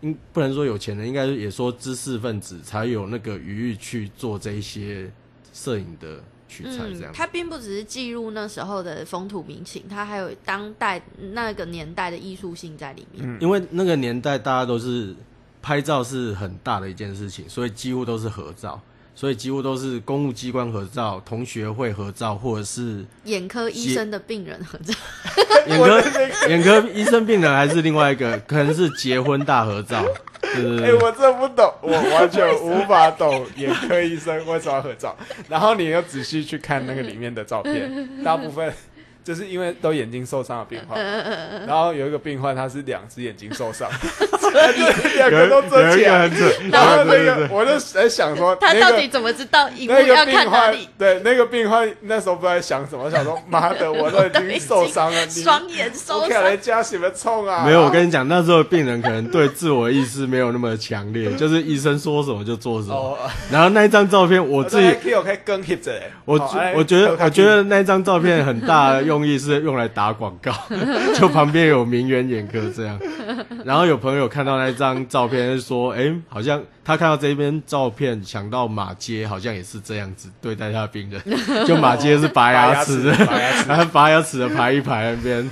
[SPEAKER 3] 应不能说有钱人，应该也说知识分子才有那个余裕去做这一些摄影的取材这样子。
[SPEAKER 2] 嗯它并不只是记录那时候的风土民情，它还有当代那个年代的艺术性在里
[SPEAKER 1] 嗯
[SPEAKER 2] 面。
[SPEAKER 3] 因为那个年代大家都是拍照是很大的一件事情，所以几乎都是合照，所以几乎都是公务机关合照、同学会合照，或
[SPEAKER 1] (laughs)
[SPEAKER 3] 者是
[SPEAKER 2] 眼科医生的病人合照，
[SPEAKER 3] 眼科眼科医生病人还是另外一个，可能是结婚大合照。对对
[SPEAKER 1] 哎、
[SPEAKER 3] 对，
[SPEAKER 1] 我真不懂，我完全无法懂眼科医生为什么要合照。然后你又仔细去看那个里面的照片，大部分就是因为都眼睛受伤的病患嘛。然后有一个病患他是两只眼睛受 (laughs) 伤，就是两
[SPEAKER 3] 有
[SPEAKER 1] 个
[SPEAKER 3] 一
[SPEAKER 1] 都遮
[SPEAKER 3] 有一
[SPEAKER 1] 起
[SPEAKER 3] 个
[SPEAKER 1] 来
[SPEAKER 3] 很。准，
[SPEAKER 1] (laughs) 然后那
[SPEAKER 3] 对对
[SPEAKER 1] 个
[SPEAKER 3] 对，
[SPEAKER 1] 我就在想说，
[SPEAKER 2] 他
[SPEAKER 1] 那
[SPEAKER 2] 到
[SPEAKER 1] 个
[SPEAKER 2] 底怎么知道荧幕
[SPEAKER 1] 那个
[SPEAKER 2] 要看
[SPEAKER 1] 病
[SPEAKER 2] 哪
[SPEAKER 1] 患
[SPEAKER 2] 里？
[SPEAKER 1] 对那个病患那时候不知道在想什么，想说妈的，我都已经受伤了，你
[SPEAKER 2] (laughs) 双眼
[SPEAKER 1] 我
[SPEAKER 2] 受
[SPEAKER 1] 看
[SPEAKER 2] 伤
[SPEAKER 1] 人，家什么冲啊？
[SPEAKER 3] (laughs) 没有，我跟你讲，那时候的病人可能对自我意识没有那么强烈，就是医生说什么就做什么。
[SPEAKER 1] 哦，
[SPEAKER 3] 然后那一张照片，我
[SPEAKER 1] 我
[SPEAKER 3] 自己，
[SPEAKER 1] 可以我可以跟 hip 着嘞，
[SPEAKER 3] 我
[SPEAKER 1] 好哎
[SPEAKER 3] 我觉得，
[SPEAKER 1] 看
[SPEAKER 3] 我觉得那张照片很大的用意是用来打广告，就旁边有名媛眼科这样。然后有朋友看到那张照片，就说：“哎、好像他看到这边照片，想到马街好像也是这样子对待他的病人，就马街是拔牙齿的， (laughs)
[SPEAKER 1] 拔牙齿
[SPEAKER 3] 然后拔牙齿的排一排那边。”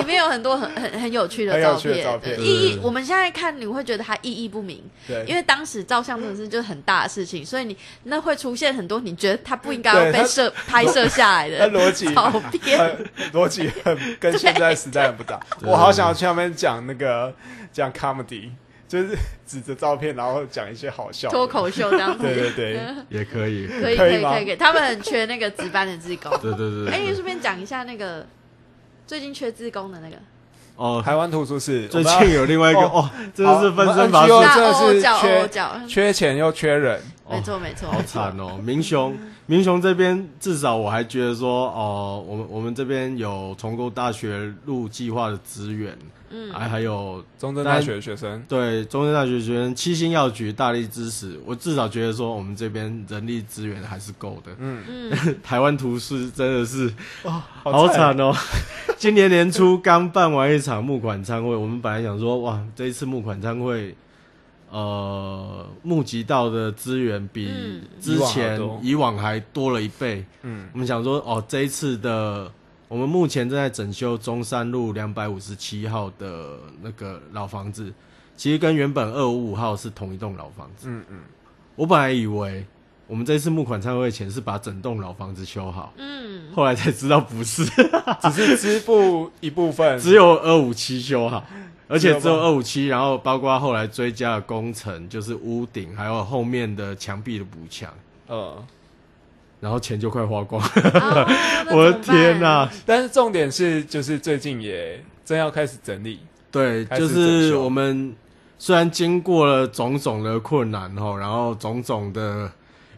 [SPEAKER 2] 里面有很多很很很有趣的
[SPEAKER 1] 很
[SPEAKER 2] 照
[SPEAKER 1] 有趣的
[SPEAKER 2] 片，
[SPEAKER 1] 照
[SPEAKER 2] 对
[SPEAKER 1] 片
[SPEAKER 3] 对
[SPEAKER 2] 意义
[SPEAKER 3] 对
[SPEAKER 2] 我们现在看你会觉得它意义不明，
[SPEAKER 1] 对，
[SPEAKER 2] 因为当时照相真的是就是很大的事情，所以你那会出现很多你觉得它不应该要
[SPEAKER 1] 对
[SPEAKER 2] 被
[SPEAKER 1] 它
[SPEAKER 2] 摄拍摄下来
[SPEAKER 1] 那
[SPEAKER 2] 的
[SPEAKER 1] 逻辑
[SPEAKER 2] 照片。
[SPEAKER 1] 很逻辑很跟现在时代很不搭。我好想要去那边讲那个讲 comedy，就是指着照片然后讲一些好笑
[SPEAKER 2] (laughs)
[SPEAKER 1] 的
[SPEAKER 2] 脱。口秀这样子，
[SPEAKER 1] 对对
[SPEAKER 2] (laughs)
[SPEAKER 1] 对，
[SPEAKER 3] 也可以，
[SPEAKER 2] 可以
[SPEAKER 1] 可以
[SPEAKER 2] 可以
[SPEAKER 1] 吗
[SPEAKER 2] 可以可以，他们很缺那个值班的志工。
[SPEAKER 3] 对对对对
[SPEAKER 2] 哎，你顺便讲一下那个最近缺志工的那个
[SPEAKER 3] 哦，
[SPEAKER 1] 台湾图书室
[SPEAKER 3] 最近有另外一个
[SPEAKER 1] 哦
[SPEAKER 3] 哦，真的是分身乏
[SPEAKER 1] 好我们 NGO，
[SPEAKER 3] 术
[SPEAKER 2] 大
[SPEAKER 1] 真的
[SPEAKER 2] 欧
[SPEAKER 1] 是
[SPEAKER 2] 角
[SPEAKER 1] 缺
[SPEAKER 2] 欧角，
[SPEAKER 1] 缺钱又缺人，
[SPEAKER 2] 没错没错，
[SPEAKER 3] 好惨哦！明雄，明雄这边至少我还觉得说，哦，我们我们这边有重构大学路计划的资源，嗯，还还有
[SPEAKER 1] 中正大学的学生
[SPEAKER 3] 对中山大学学生七星药局大力支持，我至少觉得说我们这边人力资源还是够的。
[SPEAKER 2] 嗯，
[SPEAKER 3] (laughs) 台湾图书真的是
[SPEAKER 1] 好
[SPEAKER 3] 好惨哦！ (laughs) 今年年初刚办完一场募款参会，我们本来想说，哇，这一次募款参会，呃，募集到的资源比
[SPEAKER 2] 嗯
[SPEAKER 3] 之前
[SPEAKER 1] 以往还多
[SPEAKER 3] 以往还多了一倍。
[SPEAKER 1] 嗯，
[SPEAKER 3] 我们想说，哦，这一次的我们目前正在整修中山路两百五十七号的那个老房子，其实跟原本二五五号是同一栋老房子。
[SPEAKER 1] 嗯嗯，
[SPEAKER 3] 我本来以为我们这次募款参会前是把整栋老房子修好，
[SPEAKER 2] 嗯，
[SPEAKER 3] 后来才知道不是。
[SPEAKER 1] 只是支付一
[SPEAKER 2] (laughs)
[SPEAKER 1] 部分，
[SPEAKER 3] 只有二五七修
[SPEAKER 1] (laughs)
[SPEAKER 3] 好，而且只
[SPEAKER 1] 只有
[SPEAKER 3] 有
[SPEAKER 1] 吗
[SPEAKER 3] 二五七，然后包括后来追加的工程，就是屋顶还有后面的墙壁的补墙，
[SPEAKER 1] 呃，
[SPEAKER 3] 然后钱就快花光。
[SPEAKER 2] 哦
[SPEAKER 1] (laughs)
[SPEAKER 3] (laughs) 我的天哪、！
[SPEAKER 1] 但是重点是就是最近也正要开始整理，
[SPEAKER 3] 对，
[SPEAKER 1] 开
[SPEAKER 3] 就
[SPEAKER 1] 始整
[SPEAKER 3] 是
[SPEAKER 1] 修
[SPEAKER 3] 我们虽然经过了种种的困难吼，然后种种的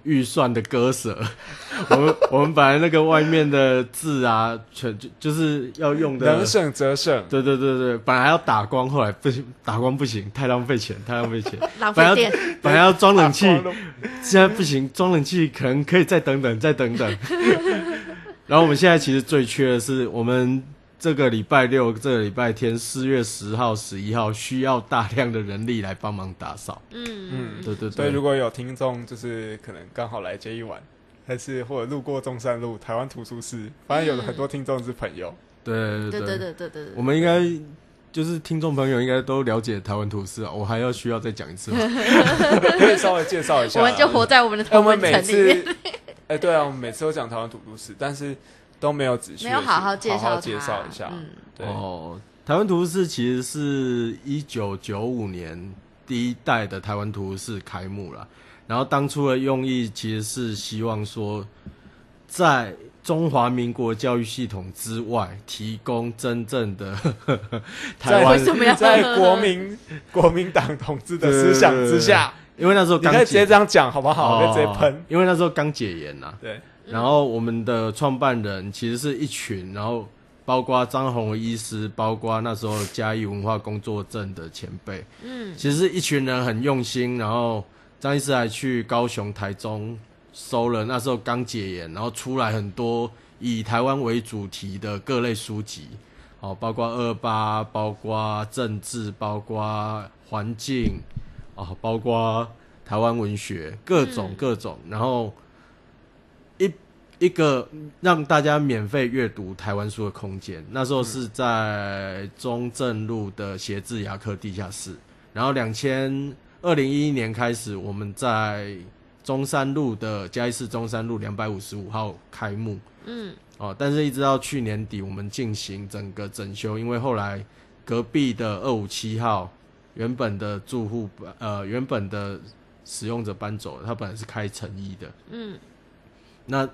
[SPEAKER 3] 预算的割舍， (laughs) 我们我们本来那个外面的字啊，全就就是要用的
[SPEAKER 1] 能省则省，
[SPEAKER 3] 对对对对，本来要打光，后来不行，打光不行，太浪费钱，太浪费钱。
[SPEAKER 2] 浪
[SPEAKER 3] 本来
[SPEAKER 2] 费
[SPEAKER 3] 要
[SPEAKER 2] 电，
[SPEAKER 3] (laughs) 本来要装冷气
[SPEAKER 1] 打，光了
[SPEAKER 3] (laughs) 现在不行，装冷气可能可以再等等，再等等。 (laughs) 然后我们现在其实最缺的是，我们这个礼拜六、这个礼拜天，四月十号、十一号需要大量的人力来帮忙打扫。
[SPEAKER 2] 嗯，
[SPEAKER 3] 对对
[SPEAKER 1] 所以
[SPEAKER 3] 对
[SPEAKER 1] 如，果有听众就是可能刚好来接一晚，还是或者路过中山路台湾图书室，反正有
[SPEAKER 2] 嗯
[SPEAKER 1] 很多听众是朋友，
[SPEAKER 2] 对
[SPEAKER 3] 对对
[SPEAKER 2] 对
[SPEAKER 3] 对
[SPEAKER 2] 对对对
[SPEAKER 3] 我
[SPEAKER 2] 对，
[SPEAKER 3] 们应该就是听众朋友应该都了解台湾土司啊，我还要需要再讲一次吗？
[SPEAKER 1] 可以稍微介绍一下
[SPEAKER 2] 我
[SPEAKER 1] 啊。
[SPEAKER 2] 们就活在我们的
[SPEAKER 1] 哎，我
[SPEAKER 2] 同温
[SPEAKER 1] 们每
[SPEAKER 2] 层里面，
[SPEAKER 1] 次，哎，对啊，我们每次都讲台湾图书室，但是都没有仔细
[SPEAKER 2] 没
[SPEAKER 1] 地
[SPEAKER 2] 有好
[SPEAKER 1] 好
[SPEAKER 2] 好介绍它
[SPEAKER 1] 介绍一下。
[SPEAKER 2] 嗯
[SPEAKER 1] 对，
[SPEAKER 3] 哦，台湾图书室其实是一九九五年第一代的台湾图书室开幕了，然后当初的用意其实是希望说，在中华民国教育系统之外，提供真正的 (laughs) 台
[SPEAKER 1] 在
[SPEAKER 3] 湾
[SPEAKER 2] 为什么要
[SPEAKER 1] 在国民 (laughs) 国民党统治的思想之下，
[SPEAKER 3] 因为那时候
[SPEAKER 1] 你
[SPEAKER 3] 刚
[SPEAKER 1] 可以直接
[SPEAKER 3] 解
[SPEAKER 1] 这样讲好不好？我就直接
[SPEAKER 3] 哦
[SPEAKER 1] 喷。
[SPEAKER 3] 因为那时候刚解严啊呐、
[SPEAKER 1] 对，
[SPEAKER 3] 然后我们的创办人其实是一群，然后包括张宏医师，包括那时候嘉义文化工作证的前辈，
[SPEAKER 2] 嗯
[SPEAKER 3] 其实是一群人很用心，然后张医师还去高雄、台中收了那时候刚解严，然后出来很多以台湾为主题的各类书籍，哦，包括二八，包括政治，包括环境，哦，包括台湾文学，各种各种，然后一个让大家免费阅读台湾书的空间。那时候是在中正路的协志牙科地下室，然后两千二零一一年开始，我们在中山路的嘉义市中山路两百五十五号开幕。
[SPEAKER 2] 嗯，
[SPEAKER 3] 哦，但是一直到去年底，我们进行整个整修，因为后来隔壁的二五七号原本的住户呃原本的使用者搬走了，他本来是开成衣的，
[SPEAKER 2] 嗯，
[SPEAKER 3] 那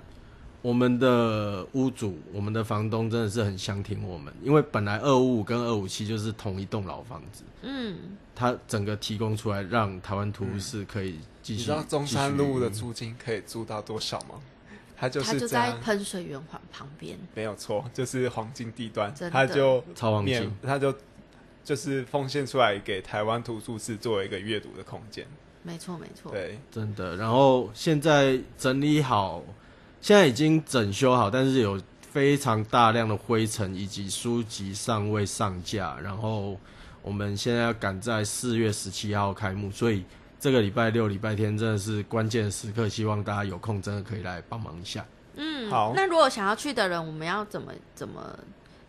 [SPEAKER 3] 我们的屋主、我们的房东真的是很相挺我们，因为本来二五五跟二五七就是同一栋老房子，
[SPEAKER 2] 嗯，
[SPEAKER 3] 它整个提供出来让台湾图是可以继
[SPEAKER 1] 你
[SPEAKER 3] 续。
[SPEAKER 1] 知道中山
[SPEAKER 3] 继续
[SPEAKER 1] 路的租金可以租到多少吗？它就
[SPEAKER 2] 他
[SPEAKER 1] 是
[SPEAKER 2] 就
[SPEAKER 1] 这
[SPEAKER 2] 在
[SPEAKER 1] 样，
[SPEAKER 2] 喷水圆环旁边，
[SPEAKER 1] 没有错，就是黄金地段
[SPEAKER 2] 真，的
[SPEAKER 1] 它就
[SPEAKER 3] 超黄
[SPEAKER 1] 免
[SPEAKER 3] 金，，
[SPEAKER 1] 它就就是奉献出来给台湾图书室作为一个阅读的空间。
[SPEAKER 2] 没错没错，
[SPEAKER 1] 对，
[SPEAKER 3] 真的。然后现在整理好，现在已经整修好，但是有非常大量的灰尘以及书籍尚未上架。然后我们现在要赶在四月十七号开幕，所以这个礼拜六、礼拜天真的是关键时刻，希望大家有空真的可以来帮忙一下。
[SPEAKER 2] 嗯，
[SPEAKER 1] 好
[SPEAKER 2] 那如果想要去的人，我们要怎么怎么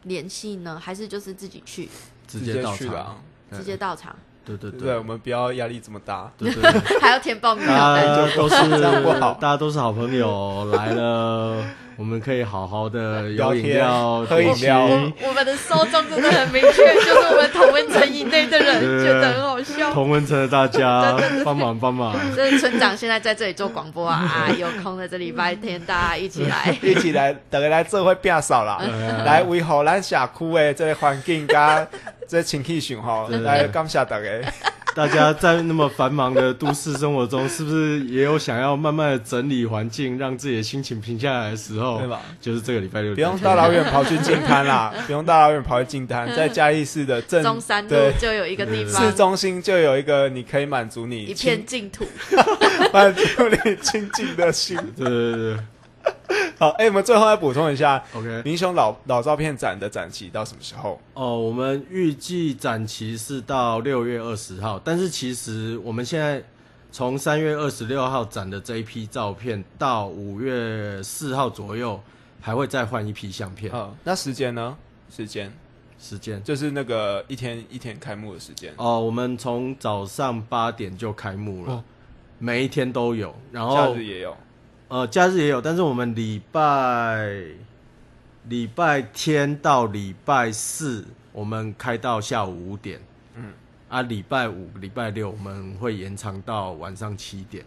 [SPEAKER 2] 联系呢？还是就是自己去，
[SPEAKER 3] 直接到
[SPEAKER 1] 去
[SPEAKER 3] 场，
[SPEAKER 1] 了，
[SPEAKER 3] 嗯
[SPEAKER 2] 直接到场， (laughs)
[SPEAKER 3] 对
[SPEAKER 1] 对
[SPEAKER 3] 对对
[SPEAKER 1] 不对？我们不要压力这么大。
[SPEAKER 3] 对对对，
[SPEAKER 2] 还要填报名啊表
[SPEAKER 1] 啊
[SPEAKER 2] 单？
[SPEAKER 3] 大家都是
[SPEAKER 1] 这样不好
[SPEAKER 3] 大家都是好
[SPEAKER 1] (laughs)
[SPEAKER 3] 朋友来了，我们可以好好的
[SPEAKER 1] 聊
[SPEAKER 3] 有
[SPEAKER 1] 天
[SPEAKER 3] 饮料、
[SPEAKER 1] 喝饮料
[SPEAKER 3] 点心
[SPEAKER 2] 我我们的受众真的很明确，就是我们同温层以内的人
[SPEAKER 3] 对
[SPEAKER 2] 觉得很好
[SPEAKER 1] (laughs)
[SPEAKER 2] 笑。
[SPEAKER 3] 同温层的大家帮忙帮忙，
[SPEAKER 2] 这是村长现在在这里做广播啊，啊有空的这礼拜天大家一起来。
[SPEAKER 1] 一起来，大家来做会变少 (laughs) 啦，来维护咱社区的这个环境加 (laughs) 这清气循环，
[SPEAKER 3] 真的
[SPEAKER 1] 来感谢大家。
[SPEAKER 3] 大家在那么繁忙的都市生活中，是不是也有想要慢慢的整理环境，让自己的心情平下来的时候？
[SPEAKER 1] 对吧？
[SPEAKER 3] 就是这个礼拜六，
[SPEAKER 1] 不用大老远跑去进滩啦， (laughs) 嗯不用大老远跑去进滩，在嘉义市的正
[SPEAKER 2] 中山路
[SPEAKER 1] (laughs) 对
[SPEAKER 2] 就有一个地
[SPEAKER 1] 市
[SPEAKER 2] 方，
[SPEAKER 1] 中心就有一个你可以满足你
[SPEAKER 2] 一片净土。
[SPEAKER 1] 清 (laughs) 满足你清净的 (laughs) 心。
[SPEAKER 3] 对对对对
[SPEAKER 1] 好，哎、我们最后再补充一下，
[SPEAKER 3] ，OK。
[SPEAKER 1] 民雄老老照片展的展期到什么时候？
[SPEAKER 3] 哦，我们预计展期是到六月二十号，但是其实我们现在从三月二十六号展的这一批照片，到五月四号左右还会再换一批相片。
[SPEAKER 1] 嗯，那时间呢？时间
[SPEAKER 3] 时间
[SPEAKER 1] 就是那个一天一天开幕的时间，
[SPEAKER 3] 哦，我们从早上八点就开幕了，
[SPEAKER 1] 哦
[SPEAKER 3] 每一天都有。然
[SPEAKER 1] 假
[SPEAKER 3] 后
[SPEAKER 1] 日也有。
[SPEAKER 3] 呃，假日也有，但是我们礼拜礼拜天到礼拜四，我们开到下午五点。
[SPEAKER 1] 嗯
[SPEAKER 3] 嗯，啊，礼拜五、礼拜六我们会延长到晚上七点。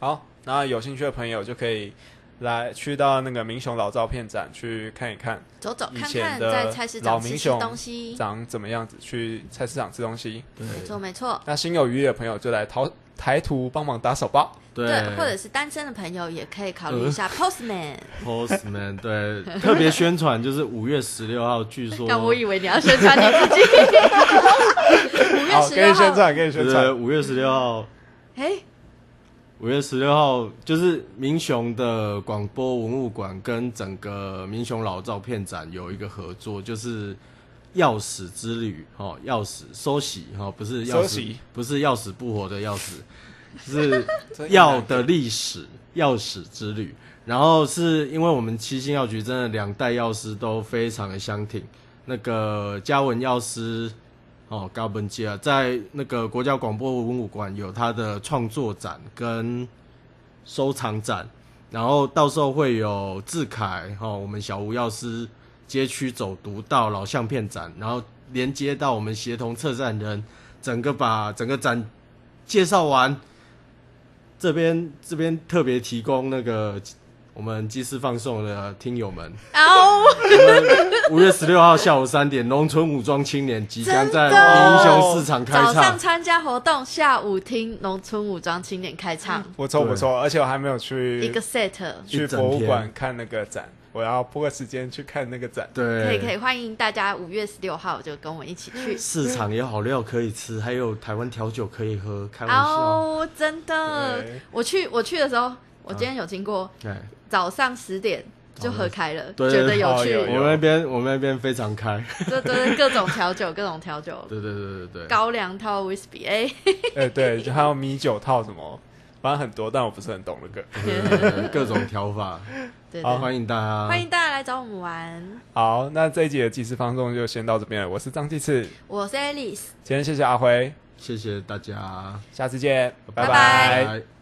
[SPEAKER 1] 好，那有兴趣的朋友就可以来去到那个民雄老照片展去看一看
[SPEAKER 2] 走走
[SPEAKER 1] 以
[SPEAKER 2] 看
[SPEAKER 1] 前
[SPEAKER 2] 哦看，
[SPEAKER 1] 的
[SPEAKER 2] 在菜市
[SPEAKER 1] 老
[SPEAKER 2] 场
[SPEAKER 1] 民
[SPEAKER 2] 吃吃
[SPEAKER 1] 雄
[SPEAKER 2] 东西。
[SPEAKER 1] 长怎么样子，去菜市场吃东西。
[SPEAKER 3] 对
[SPEAKER 2] 没错没错，
[SPEAKER 1] 那心有余力的朋友就来淘台图帮忙打手吧。
[SPEAKER 3] 对
[SPEAKER 2] 对，或者是单身的朋友也可以考虑一
[SPEAKER 1] 嗯
[SPEAKER 2] 下 Postman。
[SPEAKER 3] Postman 对特别宣传，就是五月十六号，
[SPEAKER 2] (laughs)
[SPEAKER 3] 据说
[SPEAKER 2] 但我以为你要宣传你
[SPEAKER 1] (laughs)
[SPEAKER 2] 自己。五月
[SPEAKER 1] 好，
[SPEAKER 2] 十
[SPEAKER 1] 给你
[SPEAKER 2] 六
[SPEAKER 1] 宣
[SPEAKER 2] 号，
[SPEAKER 1] 传，给你宣
[SPEAKER 3] 对
[SPEAKER 1] 传。
[SPEAKER 3] 五月十六号，
[SPEAKER 2] 哎，
[SPEAKER 3] 五月十六号就是民雄的广播文物馆跟整个民雄老照片展有一个合作，就是钥匙之旅哦，钥匙收洗哦，不是钥
[SPEAKER 1] 收
[SPEAKER 3] 匙
[SPEAKER 1] 洗，
[SPEAKER 3] 不是钥匙不活的钥匙，是
[SPEAKER 1] 这一
[SPEAKER 3] 药
[SPEAKER 1] 两
[SPEAKER 3] 的历史钥匙之旅。然后是因为我们七星药局真的两代药师都非常的相挺，那个嘉文药师哦，高本基啊，在那个国家广播文物馆有他的创作展跟收藏展，然后到时候会有志凯哦，我们小吴药师街区走读到老相片展，然后连接到我们协同策展人，整个把整个展介绍完，这边这边特别提供那个我们即时放送的听友们，
[SPEAKER 2] 哦，
[SPEAKER 3] 五月十六号下午三点，农村武装青年即将在
[SPEAKER 2] 真的哦
[SPEAKER 3] 英雄市场开
[SPEAKER 2] 早上
[SPEAKER 3] 唱。
[SPEAKER 2] 参加活动，下午听农村武装青年开唱，
[SPEAKER 1] 不错
[SPEAKER 3] 对
[SPEAKER 1] 不错，而且我还没有
[SPEAKER 2] 一
[SPEAKER 1] 去
[SPEAKER 2] 个 set，
[SPEAKER 1] 去
[SPEAKER 3] 一整
[SPEAKER 1] 博物
[SPEAKER 3] 天
[SPEAKER 1] 馆看那个展，我要拨个时间去看那
[SPEAKER 2] (laughs)
[SPEAKER 1] 个展。
[SPEAKER 3] 对，
[SPEAKER 2] 可以可以，欢迎大家五月十六号就跟我一起去。
[SPEAKER 3] 市场有好料可以吃，还有台湾调酒可以喝，开玩笑。
[SPEAKER 2] 哦，真的
[SPEAKER 1] 嗯对，啊
[SPEAKER 2] 我去我去的时候，我今天有经过，
[SPEAKER 3] 对，
[SPEAKER 2] 早上十点就合开了，
[SPEAKER 3] 对
[SPEAKER 2] 觉得有
[SPEAKER 1] 哦
[SPEAKER 2] 趣，
[SPEAKER 1] 有
[SPEAKER 3] 我们那边我们那边非常开。
[SPEAKER 2] 这都是各种调酒，各种调酒，
[SPEAKER 3] 对对对对对。
[SPEAKER 2] 高粱套 whisky，哎、
[SPEAKER 1] 哎，对，就还有米酒套什么反正很多，但我不是很懂那个。
[SPEAKER 2] (laughs)
[SPEAKER 3] 各种调法，
[SPEAKER 2] 对
[SPEAKER 3] 好
[SPEAKER 2] 对，
[SPEAKER 3] 欢迎大家，
[SPEAKER 2] 欢迎大家来找我们玩。
[SPEAKER 1] 好，那这一集的即时放送就先到这边了。我是张继次，
[SPEAKER 2] 我是 Alice。
[SPEAKER 1] 今天谢谢阿辉，
[SPEAKER 3] 谢谢大家，
[SPEAKER 1] 下次见，
[SPEAKER 2] 拜
[SPEAKER 1] 拜
[SPEAKER 2] 拜
[SPEAKER 3] 拜。